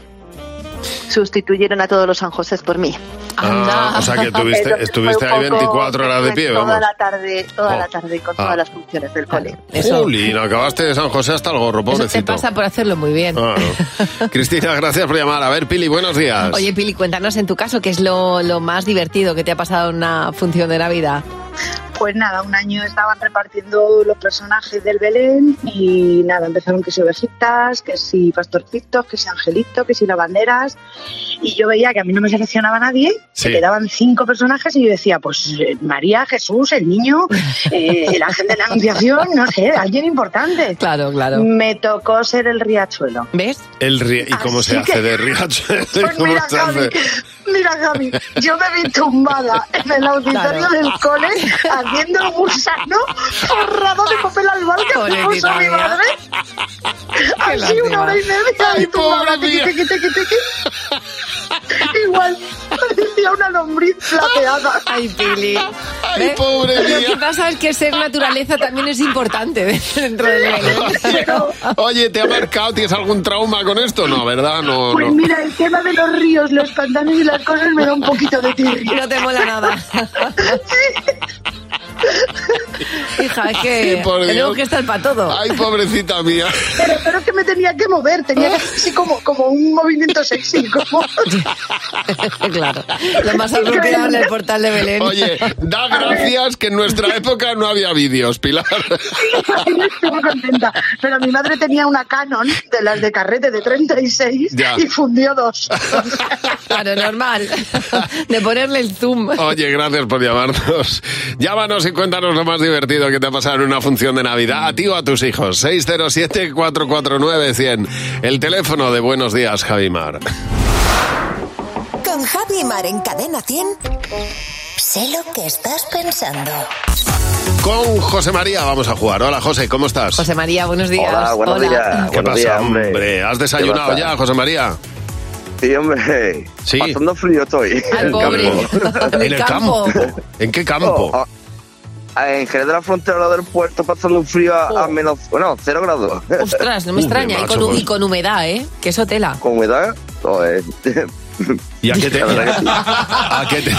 Speaker 22: Sustituyeron a todos los San Josés por mí.
Speaker 3: Ah, o sea que tuviste-
Speaker 22: Entonces fue
Speaker 3: estuviste
Speaker 22: un
Speaker 3: ahí
Speaker 22: poco-
Speaker 3: 24 horas de pie,
Speaker 22: toda
Speaker 3: vamos.
Speaker 22: la tarde, toda
Speaker 3: Oh.
Speaker 22: la tarde con
Speaker 3: Ah.
Speaker 22: todas las funciones del cole.
Speaker 3: Jolín, acabaste de San José hasta el gorro,
Speaker 4: Eso te
Speaker 3: pobrecito.
Speaker 4: pasa por hacerlo muy bien. [laughs]
Speaker 3: Claro. Cristina, gracias por llamar. A ver, Pili, buenos días.
Speaker 4: Oye, Pili, cuéntanos en tu caso qué es lo, lo más divertido que te ha pasado en una función de Navidad.
Speaker 1: Pues nada, un año estaban repartiendo los personajes del Belén y nada, empezaron que si ovejitas, que si pastorcitos, que si angelitos, que si lavanderas. Y yo veía que a mí no me seleccionaba nadie,
Speaker 2: Sí.
Speaker 1: se quedaban cinco personajes y yo decía, pues eh, María, Jesús, el
Speaker 4: [laughs]
Speaker 1: niño, eh, el ángel de la Anunciación, no sé, alguien importante.
Speaker 4: Claro, claro.
Speaker 1: Me tocó ser el riachuelo.
Speaker 4: ¿Ves?
Speaker 3: El ri- ¿Y cómo se hace de riacho?
Speaker 4: [laughs] Pues
Speaker 3: ¿Cómo
Speaker 1: mira,
Speaker 3: se
Speaker 1: Gaby,
Speaker 3: hace?
Speaker 1: Mira, Gaby, yo me vi tumbada en el auditorio
Speaker 4: Claro.
Speaker 1: del cole haciendo el gusano forrado de papel albal que me puso
Speaker 4: Pobrecita
Speaker 1: mi
Speaker 4: mía.
Speaker 1: madre. Así
Speaker 4: lástima.
Speaker 1: una hora y media
Speaker 4: Ay,
Speaker 1: ahí tumbada,
Speaker 4: pobre
Speaker 1: tiqui,
Speaker 4: mía.
Speaker 1: tiqui, tiqui, tiqui. Igual parecía una lombriz plateada.
Speaker 4: Ay, Pili.
Speaker 1: Ay, pobre
Speaker 4: Lo
Speaker 1: mía.
Speaker 4: que pasa es que ser naturaleza también es importante dentro del
Speaker 3: [laughs] Oye, ¿te ha marcado? ¿Tienes algún trauma con esto? No, ¿verdad? No,
Speaker 1: Pues
Speaker 3: no.
Speaker 1: mira, el tema de los ríos, los pantanos y las cosas me da un poquito
Speaker 4: [laughs]
Speaker 1: de tirria.
Speaker 4: No te mola nada. Hija, es que
Speaker 1: Ay, por Dios.
Speaker 4: tenemos que estar para todo.
Speaker 3: [laughs] Ay, pobrecita mía.
Speaker 1: Pero, pero es que me tenía que mover, tenía que hacer así como, como un movimiento sexy. Como...
Speaker 4: [laughs] claro, lo más apropiado en el portal de Belén.
Speaker 3: Oye, da gracias que en nuestra época no había vídeos, Pilar. [laughs]
Speaker 1: Estoy muy contenta. Pero mi madre tenía una Canon de las de carrete de 36
Speaker 3: Ya.
Speaker 1: y fundió dos.
Speaker 4: Claro, normal. De ponerle el zoom.
Speaker 3: Oye, gracias por llamarnos. Llámanos y cuéntanos lo más divertido que te ha pasado en una función de Navidad, a ti o a tus hijos. 607-449-100. El teléfono de Buenos Días, Javimar.
Speaker 7: Con Javi Mar en Cadena 100. Sé lo que estás pensando.
Speaker 3: Con José María vamos a jugar. Hola, José, ¿cómo estás?
Speaker 4: José María, buenos días.
Speaker 3: Hola, buenos días. ¿Qué
Speaker 10: Buenos
Speaker 3: pasa,
Speaker 10: días,
Speaker 3: hombre?
Speaker 10: hombre?
Speaker 3: ¿Has desayunado
Speaker 10: ¿Qué pasa?
Speaker 3: ya, José María?
Speaker 10: Sí, hombre.
Speaker 3: Sí.
Speaker 10: Pasando frío estoy.
Speaker 4: Al pobre. En el campo.
Speaker 3: ¿En qué campo?
Speaker 10: No, Oh, a- a- en Jerez de la Frontera, al lado del puerto, pasando un frío a,
Speaker 3: Oh.
Speaker 10: a menos... Bueno, cero grados.
Speaker 4: Ostras, no
Speaker 10: [laughs]
Speaker 4: me
Speaker 3: ¿eh?
Speaker 4: extraña. Y con, hu- y con humedad, ¿eh? Que eso tela.
Speaker 10: Con humedad, joder.
Speaker 3: ¿Y a
Speaker 10: [laughs]
Speaker 3: qué te... [laughs] ¿A qué te...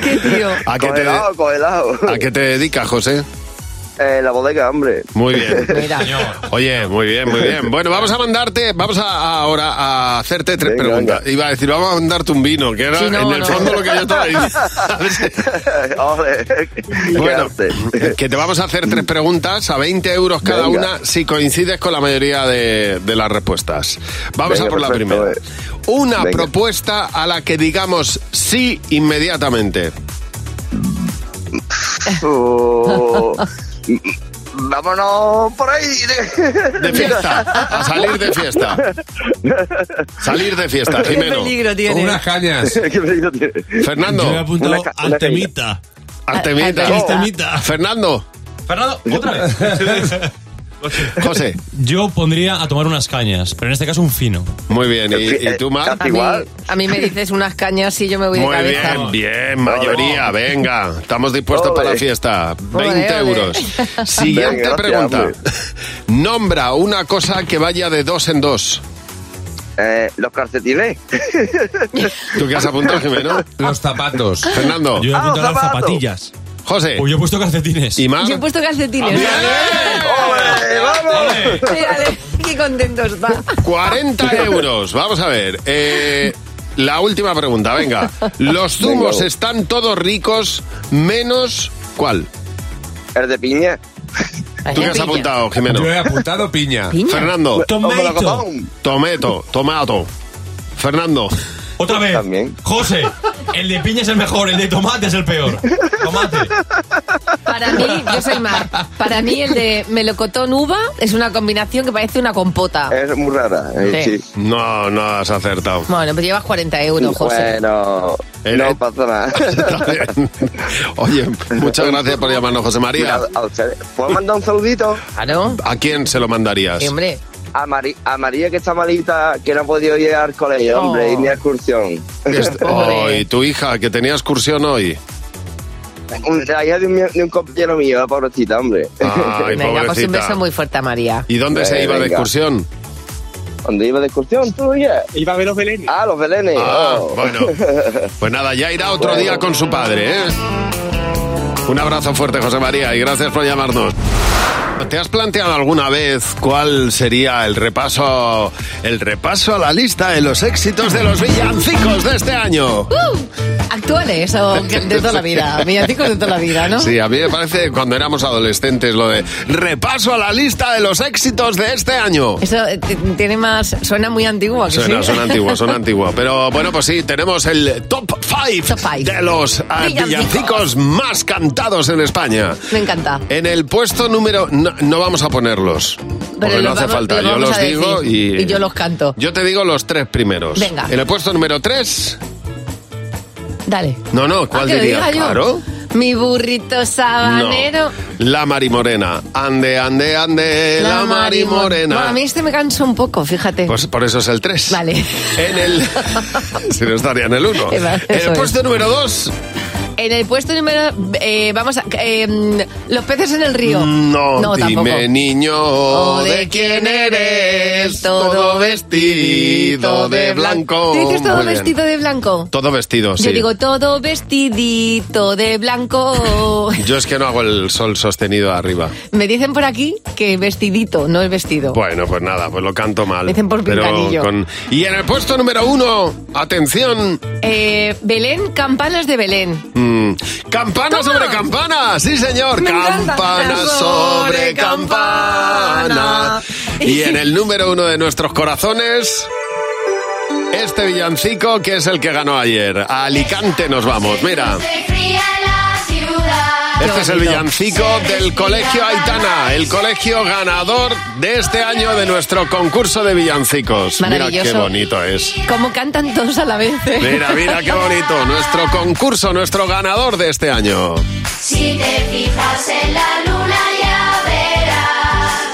Speaker 4: ¿Qué tío?
Speaker 3: ¿A qué, te
Speaker 10: Congelado,
Speaker 3: ¿A qué te dedicas, José?
Speaker 10: Eh, la bodega, hombre.
Speaker 3: Muy
Speaker 10: [laughs]
Speaker 3: bien.
Speaker 4: [laughs] Mira.
Speaker 3: Oye, muy bien, muy bien. Bueno, vamos a mandarte, vamos a, a ahora a hacerte tres preguntas. Iba a decir, vamos a mandarte un vino, que era
Speaker 10: Sí, no,
Speaker 3: en el
Speaker 10: no.
Speaker 3: fondo lo que yo estaba [laughs]
Speaker 10: [laughs]
Speaker 3: diciendo. bueno, [laughs] que te vamos a hacer tres preguntas a 20 euros cada
Speaker 10: Venga.
Speaker 3: una si coincides con la mayoría de, de las respuestas. Vamos
Speaker 10: Venga,
Speaker 3: a por la
Speaker 10: perfecto,
Speaker 3: primera.
Speaker 10: eh.
Speaker 3: Una
Speaker 10: Venga.
Speaker 3: propuesta a la que digamos sí inmediatamente.
Speaker 10: Oh, vámonos por ahí. [laughs]
Speaker 3: De fiesta, a salir de fiesta. Salir de fiesta,
Speaker 10: [laughs] Qué
Speaker 3: Jimeno.
Speaker 10: peligro tiene.
Speaker 5: Unas cañas.
Speaker 10: [laughs] ¿Qué peligro tiene?
Speaker 3: Fernando.
Speaker 5: Yo he apuntado
Speaker 3: Una ca- una
Speaker 5: Artemita.
Speaker 3: Artemita.
Speaker 5: Artemita. Artemita.
Speaker 3: Fernando.
Speaker 21: Fernando, otra vez.
Speaker 3: José.
Speaker 21: Yo pondría a tomar unas cañas, pero en este caso un fino.
Speaker 3: Muy bien, ¿y, y tú, Mar?
Speaker 4: A mí, a mí me dices unas cañas y yo me voy de
Speaker 3: Muy
Speaker 4: cabeza.
Speaker 3: bien, bien, mayoría, venga. Estamos dispuestos para la fiesta. 20
Speaker 4: Ole, ole.
Speaker 1: [laughs]
Speaker 3: euros. Siguiente
Speaker 10: Venga, gracias,
Speaker 3: pregunta. Nombra una cosa que vaya de dos en dos.
Speaker 10: Eh, los calcetines.
Speaker 3: [laughs] ¿Tú qué has apuntado, Jimeno?
Speaker 5: Los zapatos.
Speaker 3: Fernando.
Speaker 21: Yo he
Speaker 3: Ah, los
Speaker 21: apuntado las
Speaker 3: zapatos.
Speaker 21: zapatillas.
Speaker 3: José.
Speaker 21: Pues yo he puesto calcetines.
Speaker 3: ¿Y más?
Speaker 4: Yo he puesto calcetines. Mírale, qué contento está.
Speaker 10: [laughs]
Speaker 3: 40 euros. Vamos a ver. eh, la última pregunta, venga. Los zumos
Speaker 10: Venga.
Speaker 3: están todos ricos, menos ¿cuál?
Speaker 10: El de piña.
Speaker 3: ¿Tú qué has apuntado, Jimeno?
Speaker 5: Yo he apuntado piña.
Speaker 3: Fernando.
Speaker 5: Tomato.
Speaker 3: Tomato. Tomato. Fernando.
Speaker 21: Otra vez. José, el de piña es el mejor, el de tomate es el peor. Tomate.
Speaker 4: Para mí, yo soy Mar. Para mí el de melocotón uva es una combinación que parece una compota.
Speaker 10: Es muy rara. eh,
Speaker 4: Sí.
Speaker 10: sí.
Speaker 3: No, no has acertado.
Speaker 4: Bueno, pues llevas 40 euros, José.
Speaker 10: bueno, no
Speaker 3: [laughs]
Speaker 10: pasa nada.
Speaker 3: Oye,
Speaker 10: [laughs]
Speaker 3: muchas gracias por llamarnos, José María.
Speaker 10: Mira, ¿Puedo mandar un saludito?
Speaker 4: Claro.
Speaker 3: ¿A quién se lo mandarías?
Speaker 10: Em-
Speaker 4: hombre.
Speaker 10: A, Mari- a María que está malita, que no ha podido ir al colegio,
Speaker 3: Oh.
Speaker 10: hombre, y ni a excursión.
Speaker 3: Este- Oh, y tu hija, que tenía excursión hoy.
Speaker 10: Un- La hija de un, mio- de un compañero mío, la pobrecita, hombre.
Speaker 3: Ay,
Speaker 4: Venga, pues un beso
Speaker 3: pobrecita.
Speaker 4: muy fuerte a María.
Speaker 3: ¿Y dónde se
Speaker 10: Eh,
Speaker 3: iba de
Speaker 10: venga.
Speaker 3: excursión?
Speaker 10: ¿Dónde iba de excursión tú, ya? Iba a ver los belenes. Ah, los belenes.
Speaker 3: Ah,
Speaker 10: oh.
Speaker 3: bueno.
Speaker 10: [laughs]
Speaker 3: Pues nada, ya irá otro día con su padre, ¿eh? Un abrazo fuerte, José María, y gracias por llamarnos. ¿Te has planteado alguna vez cuál sería el repaso, el repaso a la lista de los éxitos de los villancicos de este año?
Speaker 4: ¡Uh! Actuales o que- de toda la vida. Villancicos de toda la vida, ¿no?
Speaker 3: Sí, a mí me parece cuando éramos adolescentes lo de repaso a la lista de los éxitos de este año.
Speaker 4: Eso eh, t- tiene más. Suena muy antigua. ¿que
Speaker 3: Suena,
Speaker 4: sí?
Speaker 3: suena
Speaker 4: [laughs]
Speaker 3: antiguo, suena antiguo. Pero bueno, pues sí, tenemos el top 5 de los ah,
Speaker 4: Villancicos.
Speaker 3: villancicos más cantados en España.
Speaker 4: Me encanta.
Speaker 3: En el puesto número... No, no vamos a ponerlos. porque no
Speaker 4: los
Speaker 3: hace
Speaker 4: vamos-
Speaker 3: falta.
Speaker 4: los
Speaker 3: Yo
Speaker 4: vamos
Speaker 3: los
Speaker 4: a decir,
Speaker 3: digo y...
Speaker 4: yo los canto.
Speaker 3: Yo te digo los tres primeros.
Speaker 4: Venga.
Speaker 3: En el puesto número 3...
Speaker 4: Dale.
Speaker 3: No, no, ¿cuál
Speaker 4: Ah, que lo
Speaker 3: diría?
Speaker 4: diga yo.
Speaker 3: Claro.
Speaker 4: Mi burrito sabanero.
Speaker 3: La Marimorena. Ande, ande, ande. La, Marimorena.
Speaker 4: Bueno, a mí este me cansa un poco, fíjate.
Speaker 3: Pues por eso es el 3.
Speaker 4: Vale.
Speaker 3: En el...
Speaker 4: [laughs]
Speaker 3: [laughs] si no estaría en el 1.
Speaker 4: Eh, va,
Speaker 3: En
Speaker 4: eso
Speaker 3: el
Speaker 4: es.
Speaker 3: puesto Este número 2...
Speaker 4: En el puesto número. eh, vamos a. eh, los peces en el río.
Speaker 3: No,
Speaker 4: no
Speaker 3: dime
Speaker 4: tampoco.
Speaker 3: niño,
Speaker 4: Oh,
Speaker 3: ¿de quién eres? Todo vestido de blanco.
Speaker 4: ¿Te dices todo
Speaker 3: Muy bien.
Speaker 4: vestido de blanco?
Speaker 3: Todo vestido, sí.
Speaker 4: Yo digo todo vestidito de
Speaker 3: [laughs]
Speaker 4: blanco.
Speaker 3: Yo es que no hago el sol sostenido arriba.
Speaker 4: Me dicen por aquí que vestidito, no es vestido.
Speaker 3: Bueno, pues nada, pues lo canto mal.
Speaker 4: Dicen por pinganillo.
Speaker 3: Y en el puesto número uno, atención,
Speaker 4: Eh, Belén, campanas de Belén.
Speaker 3: mm, campana
Speaker 4: Toma.
Speaker 3: sobre campana, sí señor,
Speaker 4: Me encanta.
Speaker 3: campana sobre campana. Y en el número uno de nuestros corazones, este villancico que es el que ganó ayer. A Alicante nos vamos, mira. Este es el villancico del Colegio Aitana, el colegio ganador de este año de nuestro concurso de villancicos. Mira qué
Speaker 4: Maravilloso.
Speaker 3: bonito es.
Speaker 4: Como cantan todos a la vez. ¿eh?
Speaker 3: Mira, mira qué bonito, nuestro concurso, nuestro ganador de este año.
Speaker 2: Si te fijas en la luna ya verás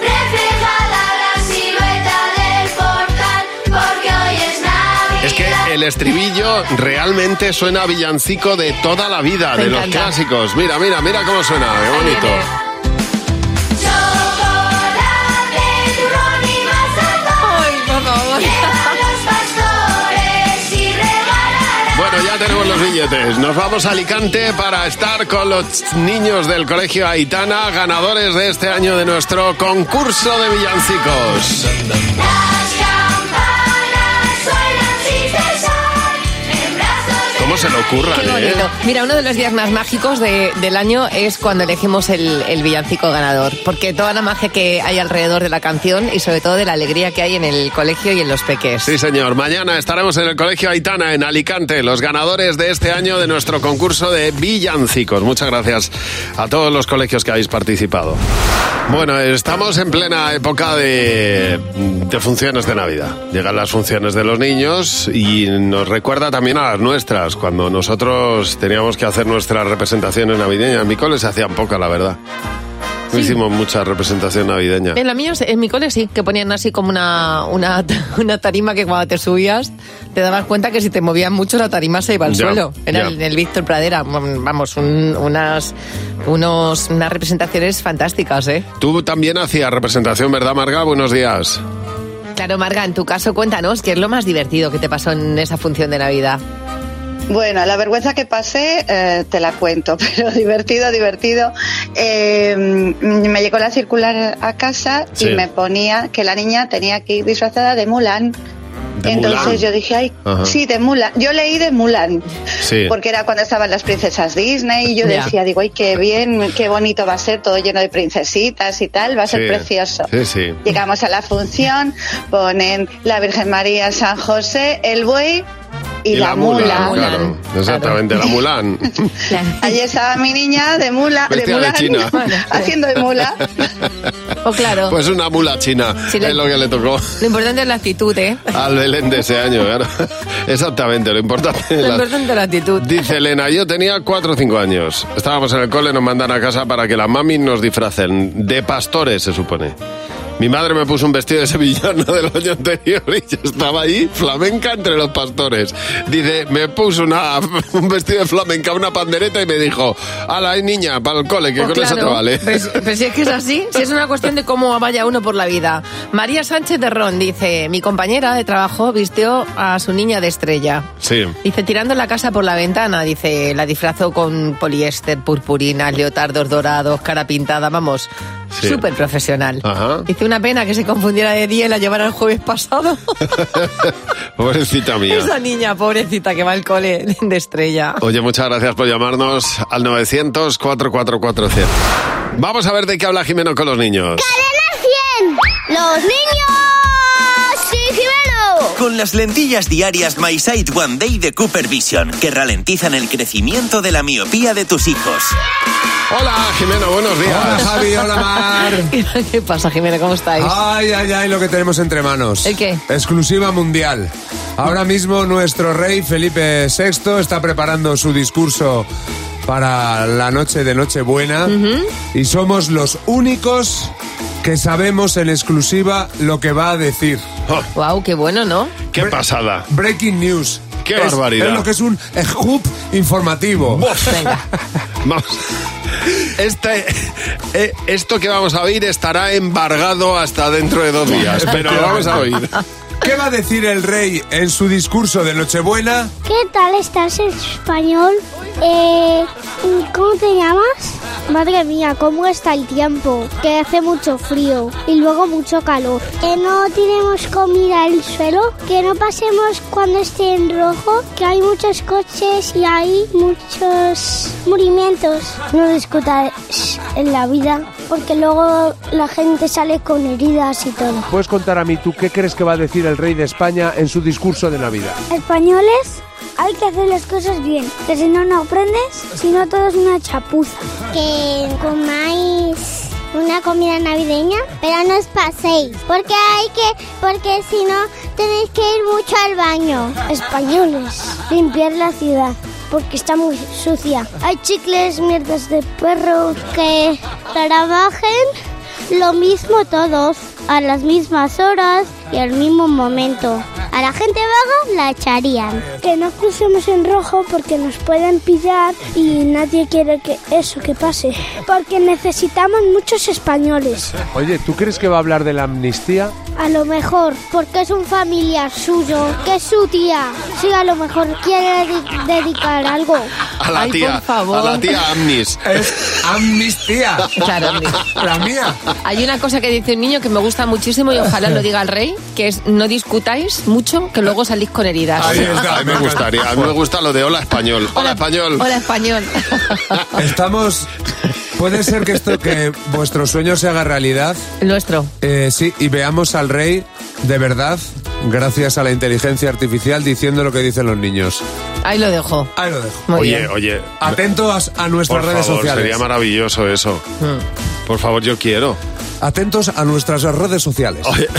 Speaker 2: reflejada la silueta del portal porque hoy es Navidad.
Speaker 3: Es que el estribillo realmente suena a villancico de toda la vida,
Speaker 2: Me
Speaker 3: de los
Speaker 2: encanta.
Speaker 3: clásicos. Mira, mira, mira cómo suena, qué bonito.
Speaker 2: Chocolate, turrón y
Speaker 8: [laughs]
Speaker 2: mazapán. Lleva a los pastores y regalará.
Speaker 3: Bueno, ya tenemos los billetes. Nos vamos a Alicante para estar con los niños del Colegio Aitana, ganadores de este año de nuestro concurso de villancicos.
Speaker 2: Las campanas suenan sin cesar en brazos
Speaker 3: ¿Cómo se le ocurra,
Speaker 4: [laughs]
Speaker 3: eh?
Speaker 4: Qué bonito. Mira, uno de los días más mágicos de- del año es cuando elegimos el, el villancico ganador, porque toda la magia que hay alrededor de la canción y sobre todo de la alegría que hay en el colegio y en los peques.
Speaker 3: Sí, señor. Mañana estaremos en el Colegio Aitana, en Alicante, los ganadores de este año de nuestro concurso de villancicos. Muchas gracias a todos los colegios que habéis participado. Bueno, estamos en plena época de, de funciones de Navidad. Llegan las funciones de los niños y nos recuerda también a las nuestras. Cuando nosotros teníamos que hacer nuestras representaciones navideñas, mi cole se hacían poca, la verdad. No hicimos mucha representación navideña.
Speaker 4: En, la mía, en mi cole sí, que ponían así como una, una, [laughs] una tarima que cuando te subías te dabas cuenta que si te movían mucho la tarima se iba al
Speaker 3: Ya,
Speaker 4: suelo. Era
Speaker 3: ya.
Speaker 4: en el Víctor Pradera, mm, vamos, un- unas, unos, unas representaciones fantásticas, ¿eh?
Speaker 3: Tú también hacías representación, ¿verdad, Marga? Buenos días.
Speaker 4: Claro, Marga, en tu caso cuéntanos qué es lo más divertido que te pasó en esa función de Navidad.
Speaker 8: Bueno, la vergüenza que pasé eh, te la cuento, [laughs] pero divertido, divertido. Eh, mm, me llegó la circular a casa
Speaker 2: Sí.
Speaker 8: y me ponía que la niña tenía que ir disfrazada de Mulan.
Speaker 2: ¿De
Speaker 8: Entonces
Speaker 2: Mulan?
Speaker 8: yo dije, ay,
Speaker 2: Ajá.
Speaker 8: sí, de Mulan. Yo leí de Mulan,
Speaker 2: Sí.
Speaker 8: porque era cuando estaban las princesas Disney y yo
Speaker 2: Ya.
Speaker 8: decía, digo, ay, qué bien, qué bonito va a ser, todo lleno de princesitas y tal, va a ser
Speaker 3: Sí.
Speaker 8: precioso.
Speaker 3: Sí, sí.
Speaker 8: Llegamos a la función, ponen la Virgen María, San José, el buey
Speaker 1: y, la, mula.
Speaker 3: Claro, exactamente, la Mulan.
Speaker 1: Ahí estaba mi niña de mula, de
Speaker 3: Vestida de
Speaker 1: Mulan, [laughs]
Speaker 3: china.
Speaker 1: haciendo de mula.
Speaker 4: O [laughs] Oh, claro.
Speaker 3: [laughs] Pues una mula china,
Speaker 4: Sí, le-
Speaker 3: es lo que le tocó
Speaker 4: Lo importante es la actitud, ¿eh?
Speaker 3: al Belén de ese año, claro. [laughs] Exactamente, lo importante
Speaker 4: [laughs]
Speaker 3: es
Speaker 4: Lo
Speaker 3: la-
Speaker 4: importante es la actitud.
Speaker 3: Dice Elena, yo tenía 4 o 5 años. Estábamos en el cole, nos mandan a casa para que las mamis nos disfracen. De pastores, se supone. Mi madre me puso un vestido de sevillano del año anterior y yo estaba ahí, flamenca entre los pastores. Dice, me puso una, [laughs] un vestido de flamenca, una pandereta y me dijo, ala, ay niña, para el cole, que
Speaker 4: Pues
Speaker 3: con eso te
Speaker 4: claro,
Speaker 3: vale.
Speaker 4: Pero, pero si es que es así, si es una cuestión de cómo vaya uno por la vida. María Sánchez de Ron dice, mi compañera de trabajo vistió a su niña de estrella.
Speaker 3: Sí.
Speaker 4: Dice, tirando la casa por la ventana, dice, la disfrazó con poliéster, purpurinas, leotardos dorados, cara pintada, vamos,
Speaker 3: Sí.
Speaker 4: súper profesional.
Speaker 3: Ajá.
Speaker 4: Dice, una pena que se confundiera de día y la llevara el jueves
Speaker 3: [laughs]
Speaker 4: pasado.
Speaker 3: Pobrecita mía.
Speaker 4: Esa niña, pobrecita, que va al cole de estrella.
Speaker 3: Oye, muchas gracias por llamarnos al 900 4440 Vamos a ver de qué habla Jimeno con los niños.
Speaker 23: ¡Los niños! ¡Sí,
Speaker 21: Con las lentillas diarias My Sight One Day de Cooper Vision, que ralentizan el crecimiento de la miopía de tus hijos.
Speaker 3: Hola, Jimeno, buenos días.
Speaker 24: Hola, Javi, hola, Mar.
Speaker 4: [laughs] ¿Qué pasa, Jimena? ¿Cómo estáis?
Speaker 24: Ay, ay, ay, lo que tenemos entre manos.
Speaker 4: ¿El qué?
Speaker 24: Exclusiva mundial. Ahora mismo nuestro rey Felipe VI está preparando su discurso para la noche de Nochebuena y somos los únicos que sabemos en exclusiva lo que va a decir.
Speaker 4: Wow, qué bueno, ¿no?
Speaker 3: Qué pasada.
Speaker 24: Breaking news.
Speaker 3: Qué
Speaker 24: Es-
Speaker 3: barbaridad.
Speaker 24: Es lo que es un scoop informativo.
Speaker 3: [laughs] Vamos. Este, eh, esto que vamos a oír estará embargado hasta dentro de dos
Speaker 24: [laughs]
Speaker 3: días, pero lo vamos a oír.
Speaker 24: ¿Qué va a decir el rey en su discurso de Nochebuena?
Speaker 11: ¿Qué tal estás en español? Eh, ¿Cómo te llamas? Madre mía, ¿cómo está el tiempo? Que hace mucho frío y luego mucho calor. Que no tiremos comida al suelo, que no pasemos cuando esté en rojo, que hay muchos coches y hay muchos murimentos. No discutáis en la vida, porque luego la gente sale con heridas y todo.
Speaker 24: ¿Puedes contar a mí tú qué crees que va a decir el rey de España en su discurso de Navidad?
Speaker 11: Españoles, hay que hacer las cosas bien, que si no, no aprendes, si no, todo es una chapuza. Que comáis una comida navideña, pero no os paséis, porque hay que, porque si no, tenéis que ir mucho al baño. Españoles, limpiar la ciudad. Porque está muy sucia. Hay chicles, mierdas de perro que trabajen lo mismo todos, a las mismas horas y al mismo momento. A la gente vaga la echarían. Que no crucemos en rojo porque nos pueden pillar y nadie quiere que eso que pase. Porque necesitamos muchos españoles.
Speaker 24: Oye, ¿tú crees que va a hablar de la amnistía?
Speaker 11: A lo mejor porque es un familiar suyo, que es su tía. Sí, a lo mejor quiere dedi- dedicar algo.
Speaker 3: A la
Speaker 11: Ay,
Speaker 3: tía,
Speaker 11: por favor.
Speaker 3: a la tía Amnis.
Speaker 24: Es amnistía.
Speaker 4: Claro, Amnis.
Speaker 24: La mía.
Speaker 4: Hay una cosa que dice un niño que me gusta muchísimo y ojalá lo diga el rey, que es no discutáis mucho, que luego salís con heridas.
Speaker 3: A mí me gustaría, a mí me gusta lo de hola español. Hola español.
Speaker 4: Hola español.
Speaker 24: Estamos. Puede ser que esto que vuestro sueño se haga realidad. Eh,
Speaker 4: Nuestro.
Speaker 24: sí, y veamos al rey de verdad, gracias a la inteligencia artificial, diciendo lo que dicen los niños.
Speaker 4: Ahí lo dejo.
Speaker 24: Ahí lo dejo.
Speaker 3: Oye, oye.
Speaker 24: Atentos a nuestras
Speaker 3: por
Speaker 24: redes
Speaker 3: favor,
Speaker 24: sociales.
Speaker 3: Sería maravilloso eso. Por favor, yo quiero.
Speaker 24: Atentos a nuestras redes sociales.
Speaker 3: [laughs]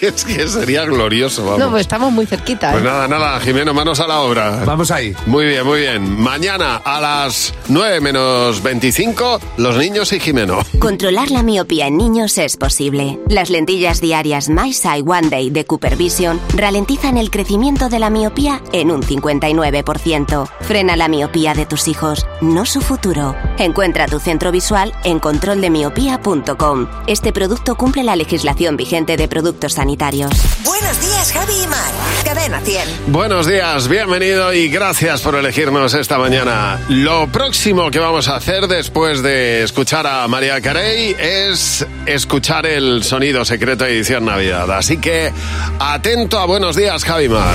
Speaker 3: es que sería glorioso, vamos.
Speaker 4: No, pues estamos muy cerquita.
Speaker 3: Pues
Speaker 4: ¿eh?
Speaker 3: nada, nada, Jimeno, manos a la obra.
Speaker 24: Vamos ahí.
Speaker 3: Muy bien, muy bien. Mañana a las 9 menos 25, los niños y Jimeno.
Speaker 25: Controlar la miopía en niños es posible. Las lentillas diarias My Sight One Day de Cooper Vision ralentizan el crecimiento de la miopía en un 59%. Frena la miopía de tus hijos, no su futuro. Encuentra tu centro visual en controldemiopía.com. Este producto cumple la legislación vigente de productos sanitarios.
Speaker 26: Buenos días, Javi y Mar. Cadena 100.
Speaker 3: Buenos días, bienvenido y gracias por elegirnos esta mañana. Lo próximo que vamos a hacer después de escuchar a María Carey es escuchar el sonido secreto edición Navidad. Así que atento a Buenos días, Javimar.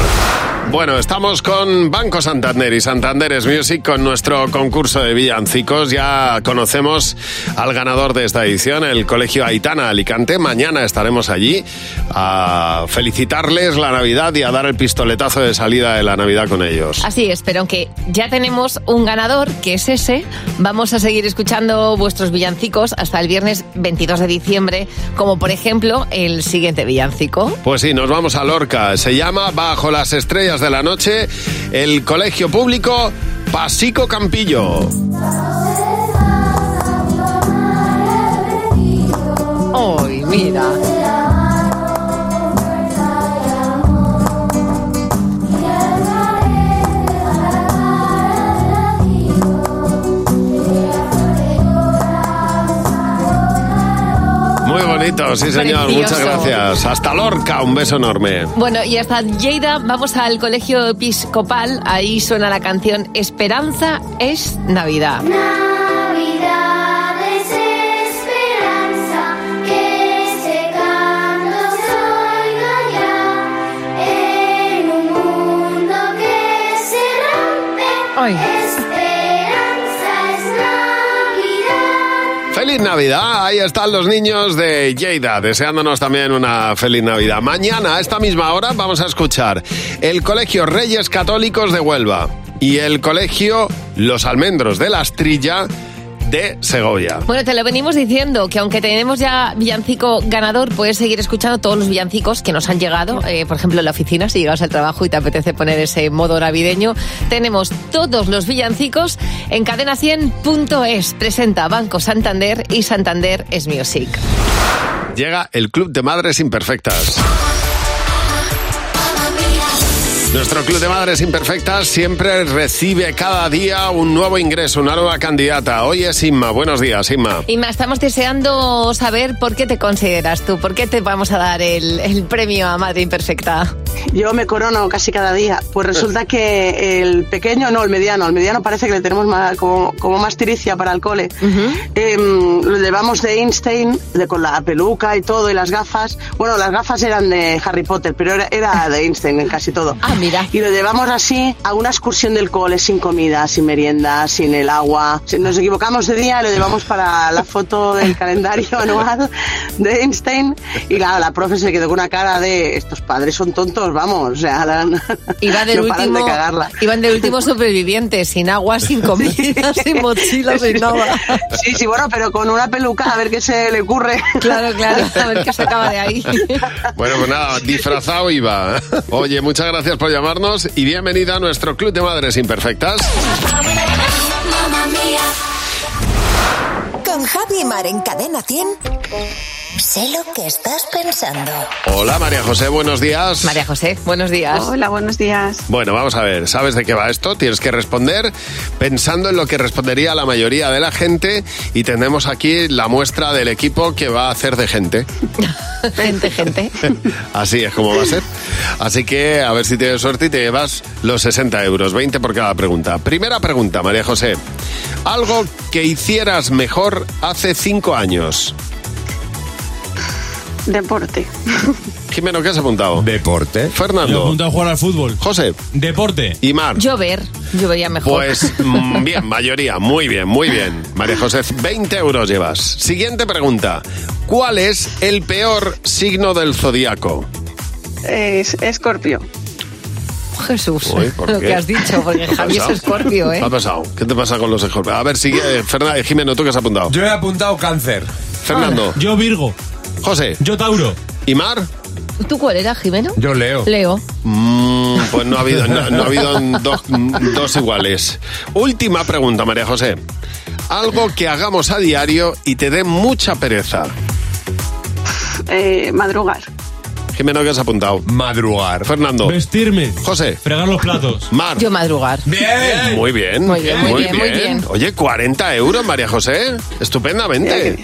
Speaker 3: Bueno, estamos con Banco Santander y Santanderes Music con nuestro concurso de villancicos. Ya conocemos al ganador de esta edición, el Colegio Aitana Alicante. Mañana estaremos allí a felicitarles la Navidad y a dar el pistoletazo de salida de la Navidad con ellos.
Speaker 4: Así es, pero aunque ya tenemos un ganador, que es ese, vamos a seguir escuchando vuestros villancicos hasta el viernes 22 de diciembre, como por ejemplo el siguiente villancico.
Speaker 3: Pues sí, nos vamos a Lorca. Se llama Bajo las estrellas de la noche, el colegio público Pasico Campillo.
Speaker 4: ¡Ay, mira!
Speaker 3: Muy bonito, sí señor,
Speaker 4: Precioso.
Speaker 3: muchas gracias. Hasta Lorca, un beso enorme.
Speaker 4: Bueno, y hasta Lleida vamos al colegio episcopal, ahí suena la canción Esperanza es Navidad.
Speaker 2: Navidad es esperanza que se canto se oiga ya en un mundo que se rompe.
Speaker 4: Ay.
Speaker 2: Esperanza es Navidad.
Speaker 3: Feliz Navidad, ahí están los niños de Lleida, deseándonos también una feliz Navidad. Mañana, a esta misma hora, vamos a escuchar el Colegio Reyes Católicos de Huelva y el Colegio Los Almendros de la Astrilla de Segovia.
Speaker 4: Bueno, te lo venimos diciendo, que aunque tenemos ya villancico ganador, puedes seguir escuchando todos los villancicos que nos han llegado. Eh, por ejemplo, en la oficina, si llegas al trabajo y te apetece poner ese modo navideño, tenemos todos los villancicos en cadena100.es. Presenta Banco Santander y Santander es Music.
Speaker 3: Llega el Club de Madres Imperfectas. Nuestro Club de Madres Imperfectas siempre recibe cada día un nuevo ingreso, una nueva candidata. Hoy es Inma. Buenos días, Inma.
Speaker 4: Inma, estamos deseando saber por qué te consideras tú, por qué te vamos a dar el, el premio a Madre Imperfecta.
Speaker 6: Yo me corono casi cada día. Pues resulta que el pequeño, no, el mediano, el mediano parece que le tenemos más- como, como más tiricia para el cole. Em, lo llevamos de Einstein, de- con la peluca y todo, y las gafas. Bueno, las gafas eran de Harry Potter, pero era, era de Einstein en casi todo. Ah,
Speaker 4: mira.
Speaker 6: Y lo llevamos así a una excursión del cole, sin comida, sin merienda, sin el agua. Si Nos equivocamos de día, lo llevamos para la foto del calendario [laughs] anual de Einstein. Y la, la profe se quedó con una cara de estos padres son tontos, vamos. O sea, la- [laughs]
Speaker 4: Iba del
Speaker 6: no paran
Speaker 4: último,
Speaker 6: de
Speaker 4: [laughs]
Speaker 6: cagarla.
Speaker 4: iban del último sobreviviente, sin
Speaker 6: [laughs]
Speaker 4: agua, sin comida, sin mochila, sin nada.
Speaker 6: Sí, sí, bueno, pero con una peluca, a ver qué se le ocurre.
Speaker 4: Claro, claro, a ver qué se acaba de ahí.
Speaker 3: Bueno, pues nada, disfrazado Iva. Oye, muchas gracias por llamarnos y bienvenida a nuestro Club de Madres Imperfectas.
Speaker 7: Mamma mía. Con Javi y Mar en Cadena 100. Sé lo que estás pensando.
Speaker 3: Hola, María José, buenos días.
Speaker 4: María José, buenos días.
Speaker 6: Hola, buenos días.
Speaker 3: Bueno, vamos a ver, ¿sabes de qué va esto? Tienes que responder pensando en lo que respondería la mayoría de la gente y tenemos aquí la muestra del equipo que va a hacer de gente.
Speaker 4: Gente,
Speaker 3: [laughs]
Speaker 4: gente.
Speaker 3: Así es como va a ser. Así que a ver si tienes suerte y te llevas los 60 euros, 20 por cada pregunta. Primera pregunta, María José. Algo que hicieras mejor hace 5 años.
Speaker 6: [laughs] Deporte.
Speaker 3: Jimeno, ¿qué has apuntado?
Speaker 5: Deporte.
Speaker 3: Fernando.
Speaker 21: Yo he apuntado a jugar al fútbol.
Speaker 3: José.
Speaker 21: Deporte.
Speaker 3: Y Mar.
Speaker 4: Llover, llovería mejor.
Speaker 3: Pues mm, bien, mayoría, muy bien, muy bien. María José, 20 euros llevas. Siguiente pregunta. ¿Cuál es el peor signo del zodiaco?
Speaker 6: Es Escorpio.
Speaker 4: Jesús,
Speaker 3: Uy, ¿por
Speaker 4: lo
Speaker 3: qué?
Speaker 4: que has dicho, porque
Speaker 3: ¿Qué ha
Speaker 4: Javi es
Speaker 3: pasado?
Speaker 4: escorpio, ¿eh?
Speaker 3: ¿Qué ha pasado? ¿Qué te pasa con los escorpios? A ver, sigue, eh, Fernan- Jimeno, ¿tú qué has apuntado?
Speaker 5: Yo he apuntado cáncer.
Speaker 3: Fernando.
Speaker 21: Yo Virgo.
Speaker 3: José.
Speaker 21: Yo Tauro.
Speaker 3: ¿Y Mar?
Speaker 4: ¿Tú cuál era, Jimeno?
Speaker 5: Yo leo.
Speaker 4: Leo.
Speaker 3: Mm, pues no ha habido, no, no ha habido dos, dos iguales. Última pregunta, María José. Algo que hagamos a diario y te dé mucha pereza.
Speaker 6: Eh, madrugar.
Speaker 3: Jimeno, ¿qué has apuntado?
Speaker 5: Madrugar.
Speaker 3: Fernando.
Speaker 21: Vestirme.
Speaker 3: José.
Speaker 21: Fregar los platos.
Speaker 3: Mar.
Speaker 4: Yo madrugar.
Speaker 3: Bien. Muy bien.
Speaker 4: Muy bien, muy bien, muy bien.
Speaker 3: Oye, 40 euros, María José. Estupendamente.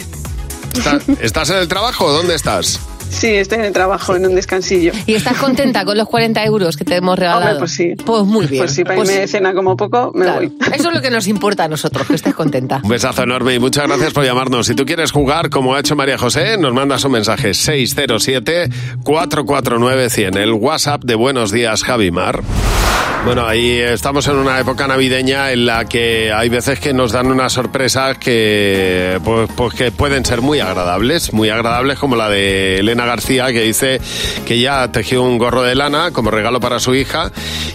Speaker 3: Está- ¿Estás en el trabajo? ¿Dónde estás?
Speaker 6: Sí, estoy en el trabajo, en un descansillo.
Speaker 4: ¿Y estás contenta con los 40 euros que te hemos regalado?
Speaker 6: Hombre, pues sí.
Speaker 4: Pues muy bien.
Speaker 6: Pues sí, para
Speaker 4: Pues
Speaker 6: irme de cena como poco, me
Speaker 4: claro.
Speaker 6: voy.
Speaker 4: [laughs] Eso es lo que nos importa a nosotros, que estés contenta.
Speaker 3: Un besazo enorme y muchas gracias por llamarnos. Si tú quieres jugar como ha hecho María José, nos mandas un mensaje 607-449-100, el WhatsApp de Buenos Días Javimar. Bueno, ahí estamos en una época navideña en la que hay veces que nos dan unas sorpresas que, pues, pues que pueden ser muy agradables, muy agradables como la de Elena García que dice que ya tejió un gorro de lana como regalo para su hija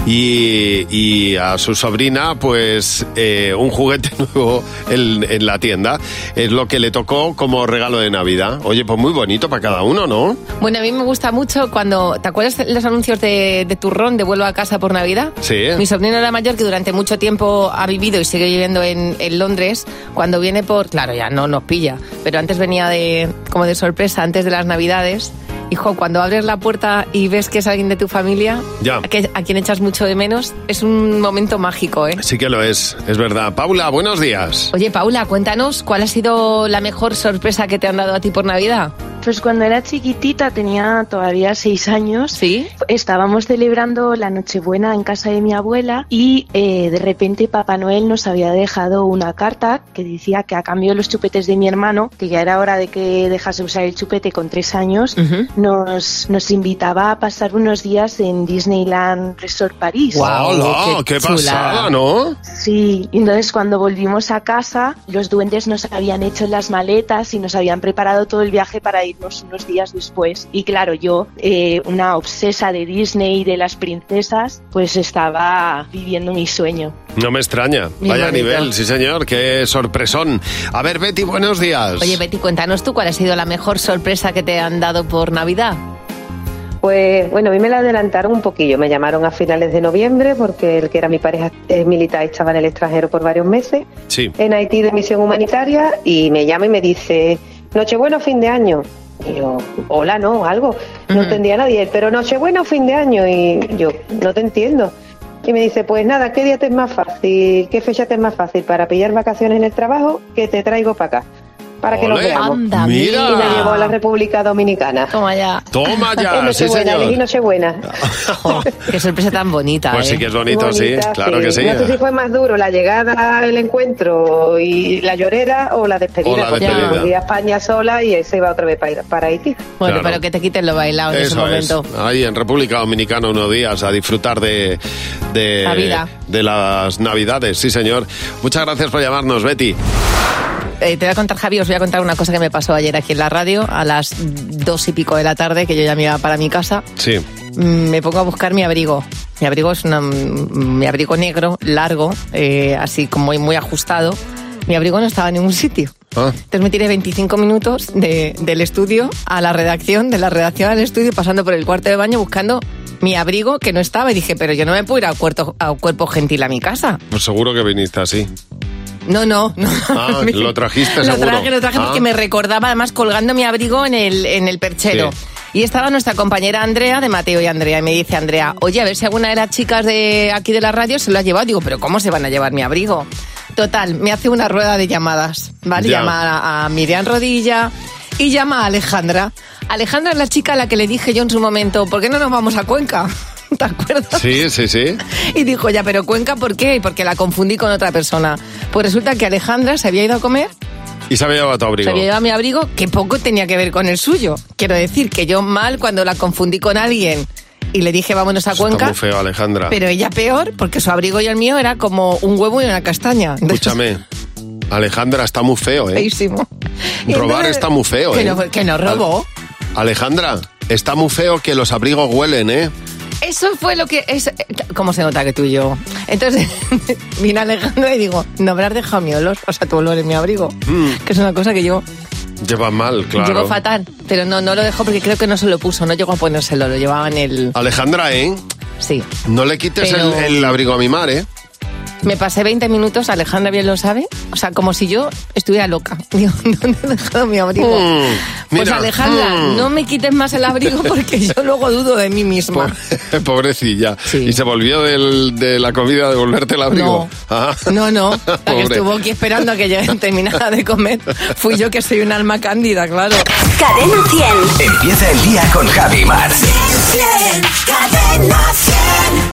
Speaker 3: y, y a su sobrina pues eh, un juguete [laughs] nuevo en, en la tienda. Es lo que le tocó como regalo de Navidad. Oye, pues muy bonito para cada uno, ¿no?
Speaker 4: Bueno, a mí me gusta mucho cuando. ¿Te acuerdas de los anuncios de, de turrón de vuelvo a casa por Navidad?
Speaker 3: Sí.
Speaker 4: Mi sobrino la mayor, que durante mucho tiempo ha vivido y sigue viviendo en, en Londres, cuando viene por. Claro, ya no nos pilla, pero antes venía de como de sorpresa, antes de las Navidades. Hijo, cuando abres la puerta y ves que es alguien de tu familia,
Speaker 3: Ya.
Speaker 4: a que- a quien echas mucho de menos, es un momento mágico, ¿eh?
Speaker 3: Sí que lo es, es verdad. Paula, buenos días.
Speaker 4: Oye, Paula, cuéntanos, ¿cuál ha sido la mejor sorpresa que te han dado a ti por Navidad?
Speaker 12: Pues cuando era chiquitita, tenía todavía seis años, estábamos celebrando la Nochebuena en casa de mi abuela y eh, de repente Papá Noel nos había dejado una carta que decía que a cambio de los chupetes de mi hermano, que ya era hora de que dejase usar el chupete con tres años, nos, nos invitaba a pasar unos días en Disneyland Resort París.
Speaker 3: Guau, Hola, Oh, qué qué chula. pasada, ¿no?
Speaker 12: Sí, y entonces cuando volvimos a casa, los duendes nos habían hecho las maletas y nos habían preparado todo el viaje para irnos unos días después. Y claro, yo, eh, una obsesa de Disney y de las princesas, pues estaba viviendo mi sueño.
Speaker 3: No me extraña.
Speaker 12: Muy
Speaker 3: Vaya
Speaker 12: bonito.
Speaker 3: nivel, sí señor, qué sorpresón. A ver, Betty, buenos días.
Speaker 4: Oye, Betty, cuéntanos tú cuál ha sido la mejor sorpresa que te han dado por Navidad.
Speaker 13: Pues bueno, a mí me la adelantaron un poquillo. Me llamaron a finales de noviembre porque el que era mi pareja eh, militar estaba en el extranjero por varios meses,
Speaker 3: Sí.
Speaker 13: en Haití de misión humanitaria, y me llama y me dice, Nochebuena o fin de año. Y yo, hola, no, algo. No entendía a nadie, pero Nochebuena o fin de año. Y yo, no te entiendo. Y me dice, pues nada, ¿qué día te es más fácil? ¿Qué fecha te es más fácil para pillar vacaciones en el trabajo? Que te traigo para acá. Para que lo
Speaker 3: Ole.
Speaker 13: veamos.
Speaker 3: Anda,
Speaker 13: y
Speaker 3: mira.
Speaker 13: me llevó a la República Dominicana.
Speaker 4: Toma ya.
Speaker 3: Toma
Speaker 13: [laughs]
Speaker 3: ya,
Speaker 13: Es
Speaker 3: sí,
Speaker 13: Nochebuena,
Speaker 3: señor.
Speaker 13: elegí Nochebuena.
Speaker 4: Qué sorpresa tan bonita.
Speaker 3: Pues sí
Speaker 4: ¿eh?
Speaker 3: que es bonito, sí, claro que sí.
Speaker 13: No sé si fue más duro la llegada, el encuentro y la llorera o la despedida.
Speaker 3: O la
Speaker 13: porque
Speaker 3: despedida.
Speaker 13: volví a España sola y él se iba otra vez para, ir- para Haití.
Speaker 4: Bueno,
Speaker 3: Claro.
Speaker 4: pero que te quiten lo bailado en ese
Speaker 3: Eso es.
Speaker 4: momento.
Speaker 3: Ahí en República Dominicana unos días a disfrutar de, de,
Speaker 4: La vida.
Speaker 3: de las navidades, sí señor. Muchas gracias por llamarnos, Betty.
Speaker 4: Eh, te voy a contar, Javi, os voy a contar una cosa que me pasó ayer aquí en la radio a las dos y pico de la tarde, que yo ya me iba para mi casa.
Speaker 3: Sí.
Speaker 4: Mm, me pongo a buscar mi abrigo. Mi abrigo es una, mm, mi abrigo negro, largo, eh, así como muy, muy ajustado. Mi abrigo no estaba en ningún sitio.
Speaker 3: Ah.
Speaker 4: Entonces me tiré 25 minutos de- del estudio a la redacción, de la redacción al estudio, pasando por el cuarto de baño buscando mi abrigo que no estaba. Y dije, pero yo no me puedo ir a, cuerto- a cuerpo gentil a mi casa.
Speaker 3: Pues seguro que viniste así.
Speaker 4: No, no, no. [laughs]
Speaker 3: Ah, lo trajiste
Speaker 4: lo
Speaker 3: seguro.
Speaker 4: traje, lo traje
Speaker 3: Ah.
Speaker 4: porque me recordaba además colgando mi abrigo en el, en el perchero.
Speaker 3: Sí.
Speaker 4: Y estaba nuestra compañera Andrea de Mateo y Andrea. Y me dice Andrea, oye, a ver si alguna de las chicas de aquí de la radio se lo ha llevado. Digo, pero ¿cómo se van a llevar mi abrigo? Total, me hace una rueda de llamadas. ¿vale?
Speaker 14: Ya.
Speaker 4: Llama a, a Miriam Rodilla y llama a Alejandra. Alejandra es la chica a la que le dije yo en su momento, ¿por qué no nos vamos a Cuenca? [laughs] ¿Te acuerdas?
Speaker 3: Sí, sí, sí.
Speaker 4: Y dijo, ya, pero Cuenca, ¿por qué? Y Porque la confundí con otra persona. Pues resulta que Alejandra se había ido a comer,
Speaker 3: Y se había llevado tu
Speaker 4: se
Speaker 3: abrigo.
Speaker 4: había llevado mi abrigo, que poco tenía que ver con el suyo. Quiero decir que yo mal cuando la confundí con alguien y le dije, vámonos a
Speaker 3: Está
Speaker 4: Cuenca.
Speaker 3: muy feo, Alejandra.
Speaker 4: Pero ella peor, porque su abrigo y el mío era como un huevo y una castaña.
Speaker 3: Escúchame. Alejandra, está muy feo, ¿eh?
Speaker 4: Feísimo. Y
Speaker 3: Robar
Speaker 4: entonces-
Speaker 3: está muy feo,
Speaker 4: que
Speaker 3: ¿eh?
Speaker 4: no- que no robó.
Speaker 3: Alejandra, está muy feo que los abrigos huelen, ¿eh?
Speaker 4: Eso fue lo que es. eh, ¿Cómo se nota que tú y yo? Entonces [laughs] vino Alejandra y digo, no habrás dejado mi olor, o sea, tu olor en mi abrigo, que es una cosa que yo
Speaker 3: Llevan mal, Mm. claro.
Speaker 4: Llegó fatal, pero no, no lo dejó porque creo que no se lo puso, no llegó a ponérselo, lo llevaba en el...
Speaker 3: Alejandra, ¿eh?
Speaker 4: Sí.
Speaker 3: No le quites
Speaker 4: Pero-
Speaker 3: el, el abrigo a mi mar, ¿eh? [laughs]
Speaker 4: Me pasé 20 minutos, Alejandra bien lo sabe, o sea, como si yo estuviera loca. [laughs] Digo, ¿dónde he dejado mi abrigo?
Speaker 3: Mm,
Speaker 4: pues
Speaker 3: mira,
Speaker 4: Alejandra,
Speaker 3: mm.
Speaker 4: no me quites más el
Speaker 3: [laughs]
Speaker 4: abrigo porque yo luego dudo de mí misma.
Speaker 3: Pobrecilla. Y se volvió del- de la comida a devolverte el abrigo. Ah.
Speaker 4: No,
Speaker 3: [laughs]
Speaker 4: no, la que
Speaker 3: Pobre.
Speaker 4: estuvo aquí esperando a que yo [laughs] terminara de comer fui yo que soy un alma cándida, claro.
Speaker 7: Cadena 100.
Speaker 27: Empieza el día con Javi Mar.
Speaker 7: Cadena 100.